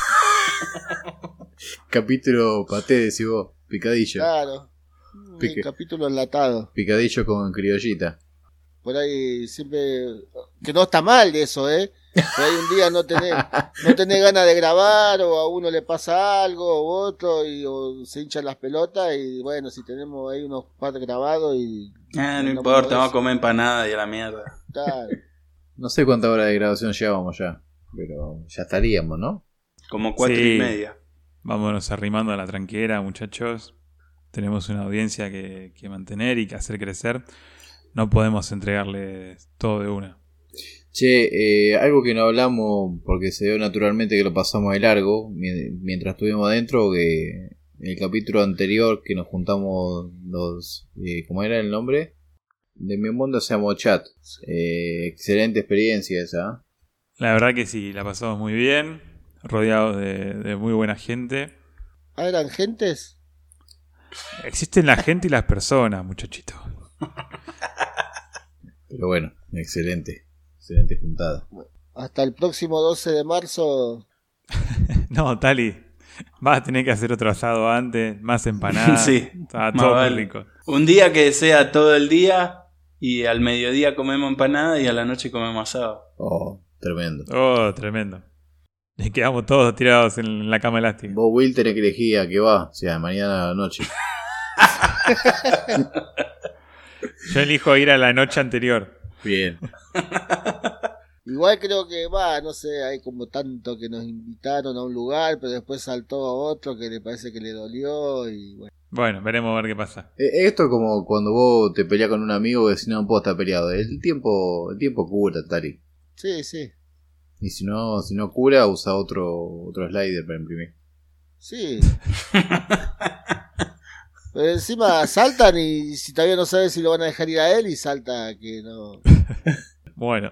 E: Capítulo paté, decís vos, picadillo.
F: Claro. Un
E: Pique.
F: capítulo enlatado.
E: Ah. Picadillo con criollita.
F: Por ahí siempre. Que no está mal eso, ¿eh? Por ahí un día no tenés, no tenés ganas de grabar, o a uno le pasa algo, o otro, y o se hinchan las pelotas, y bueno, si tenemos ahí unos par grabados y.
D: Ah, no
F: No
D: importa,
F: podés.
D: vamos a comer empanada y a la mierda.
F: Claro.
E: No sé cuánta hora de grabación llevamos ya, pero ya estaríamos, ¿no?
D: Como cuatro
G: Sí.
D: y media.
G: Vámonos arrimando a la tranquera, muchachos. Tenemos una audiencia que, que mantener y que hacer crecer. No podemos entregarles todo de una.
E: Che, eh, algo que no hablamos porque se dio naturalmente que lo pasamos de largo mien- mientras estuvimos adentro, que en el capítulo anterior que nos juntamos los... Eh, ¿Cómo era el nombre? De mi mundo se llamó Chat. Eh, excelente experiencia esa. ¿eh?
G: La verdad que sí, la pasamos muy bien, rodeados de, de muy buena gente.
F: Ah, eran gentes?
G: Existen la gente y las personas, muchachitos.
E: Pero bueno, excelente. Excelente juntada.
F: Hasta el próximo 12 de marzo
G: No, Tali, vas a tener que hacer otro asado antes, más empanadas.
D: Sí,
G: Está
D: más
G: todo muy
D: vale.
G: rico.
D: Un día que sea todo el día y al mediodía comemos empanada y a la noche comemos asado.
E: Oh, tremendo.
G: Oh, tremendo. Y quedamos todos tirados en la cama elástica.
E: Vos, Will, tenés que elegir a qué va, o sea, mañana a la noche.
G: Yo elijo ir a la noche anterior.
E: Bien.
F: Igual creo que va, no sé, hay como tanto que nos invitaron a un lugar, pero después saltó a otro que le parece que le dolió y bueno.
G: Bueno, veremos a ver qué pasa.
E: Eh, Esto es como cuando vos te peleas con un amigo que si no, vos estar peleado. El tiempo, el tiempo cura, Tari.
F: Sí, sí,
E: Y si no, si no cura, usa otro, otro slider para imprimir.
F: sí. Pero encima saltan y si todavía no sabes si lo van a dejar ir a él y salta que no.
G: Bueno.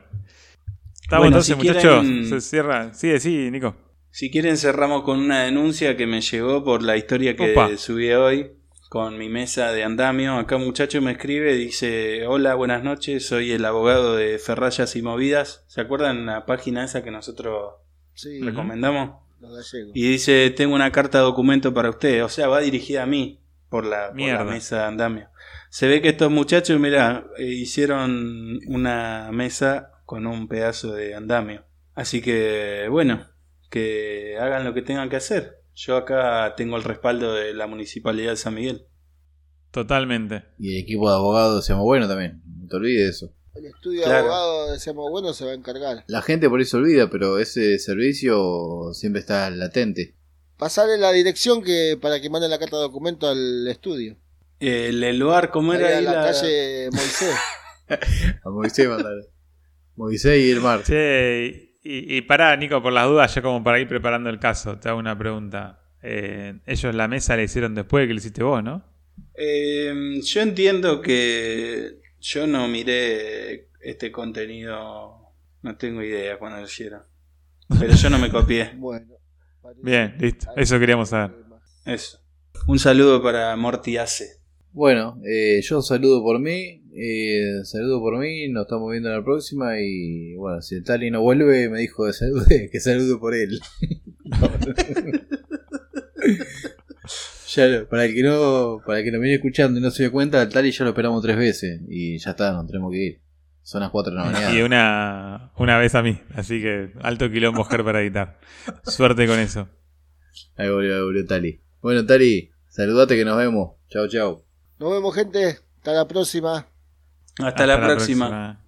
G: Estamos
D: Bueno,
G: entonces,
D: si
G: muchachos.
D: quieren-
G: Se cierra. Sí, sí, Nico.
D: Si quieren cerramos con una denuncia que me llegó por la historia que
G: Opa.
D: subí hoy con mi mesa de andamio. Acá un muchacho me escribe, dice, hola, buenas noches, soy el abogado de Ferrayas y Movidas. ¿Se acuerdan la página esa que nosotros
F: Sí,
D: recomendamos?
F: los gallegos.
D: Y dice, tengo una carta de documento para usted. O sea, va dirigida a mí por la, por la
G: Mierda.
D: mesa de andamio. Se ve que estos muchachos, mirá, eh, hicieron una mesa con un pedazo de andamio. Así que, bueno, que hagan lo que tengan que hacer. Yo acá tengo el respaldo de la Municipalidad de San Miguel.
G: Totalmente.
E: Y el equipo de abogados se llama bueno también. No te olvides de eso.
F: El estudio de
D: Claro.
F: abogado decíamos bueno se va a encargar.
E: La gente por ahí se olvida, pero ese servicio siempre está latente.
F: Pasarle la dirección que para que manden la carta de documento al estudio.
D: El, el lugar, ¿cómo
F: Ahí
D: era
F: a
D: ahí
F: la,
D: la-
F: calle Moisés.
E: A Moisés mandar. Moisés y el mar.
G: Che, Y, y pará, Nico, por las dudas, ya como para ir preparando el caso, te hago una pregunta. Eh, ellos la mesa la hicieron después de que la hiciste vos, ¿no?
D: Eh, yo entiendo que yo no miré este contenido, no tengo idea cuando lo hicieron. Pero yo no me copié.
F: Bueno. parece-
G: Bien, listo. Eso queríamos saber.
D: Eso. Un saludo para Morty Ace.
E: Bueno, eh, yo saludo por mí, eh, saludo por mí, nos estamos viendo en la próxima y bueno, si el Tali no vuelve me dijo que salude, que saludo por él. ya lo- para el que no, para el que nos viene escuchando y no se dio cuenta, al Tali ya lo operamos tres veces y ya está, nos tenemos que ir. Son las 4 de la mañana.
G: Ah, Y una, una vez a mí, así que alto quilombo mujer para editar. Suerte con eso.
E: Ahí volvió, ahí volvió Tali. Bueno, Tali, saludate que nos vemos. Chao, chao.
F: Nos vemos, gente. Hasta la próxima.
D: Hasta, la, próxima.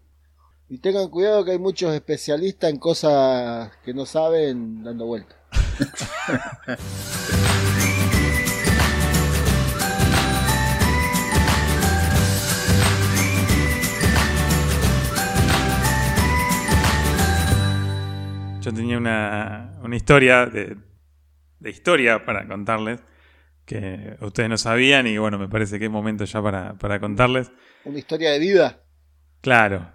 F: Y tengan cuidado que hay muchos especialistas en cosas que no saben dando vueltas.
G: Yo tenía una, una historia de, de historia para contarles que ustedes no sabían y bueno, me parece que es momento ya para, para contarles.
F: Una historia de vida.
G: Claro,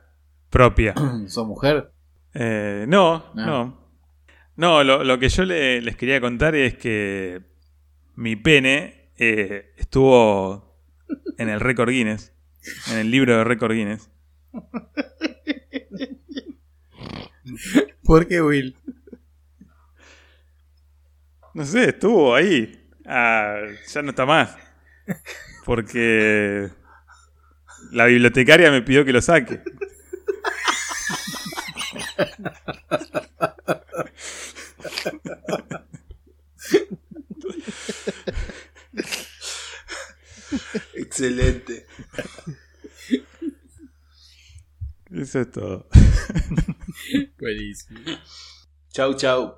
G: propia.
E: ¿Sos mujer?
G: Eh, no,
E: No.
G: no. No, lo, lo que yo le- les quería contar es que mi pene eh, estuvo en el récord Guinness, en el libro de récord Guinness.
E: ¿Por qué, Will?
G: No sé, estuvo ahí. Ah, ya no está más. Porque la bibliotecaria me pidió que lo saque.
D: Excelente.
G: Eso es todo.
E: Buenísimo.
D: Chau, chau.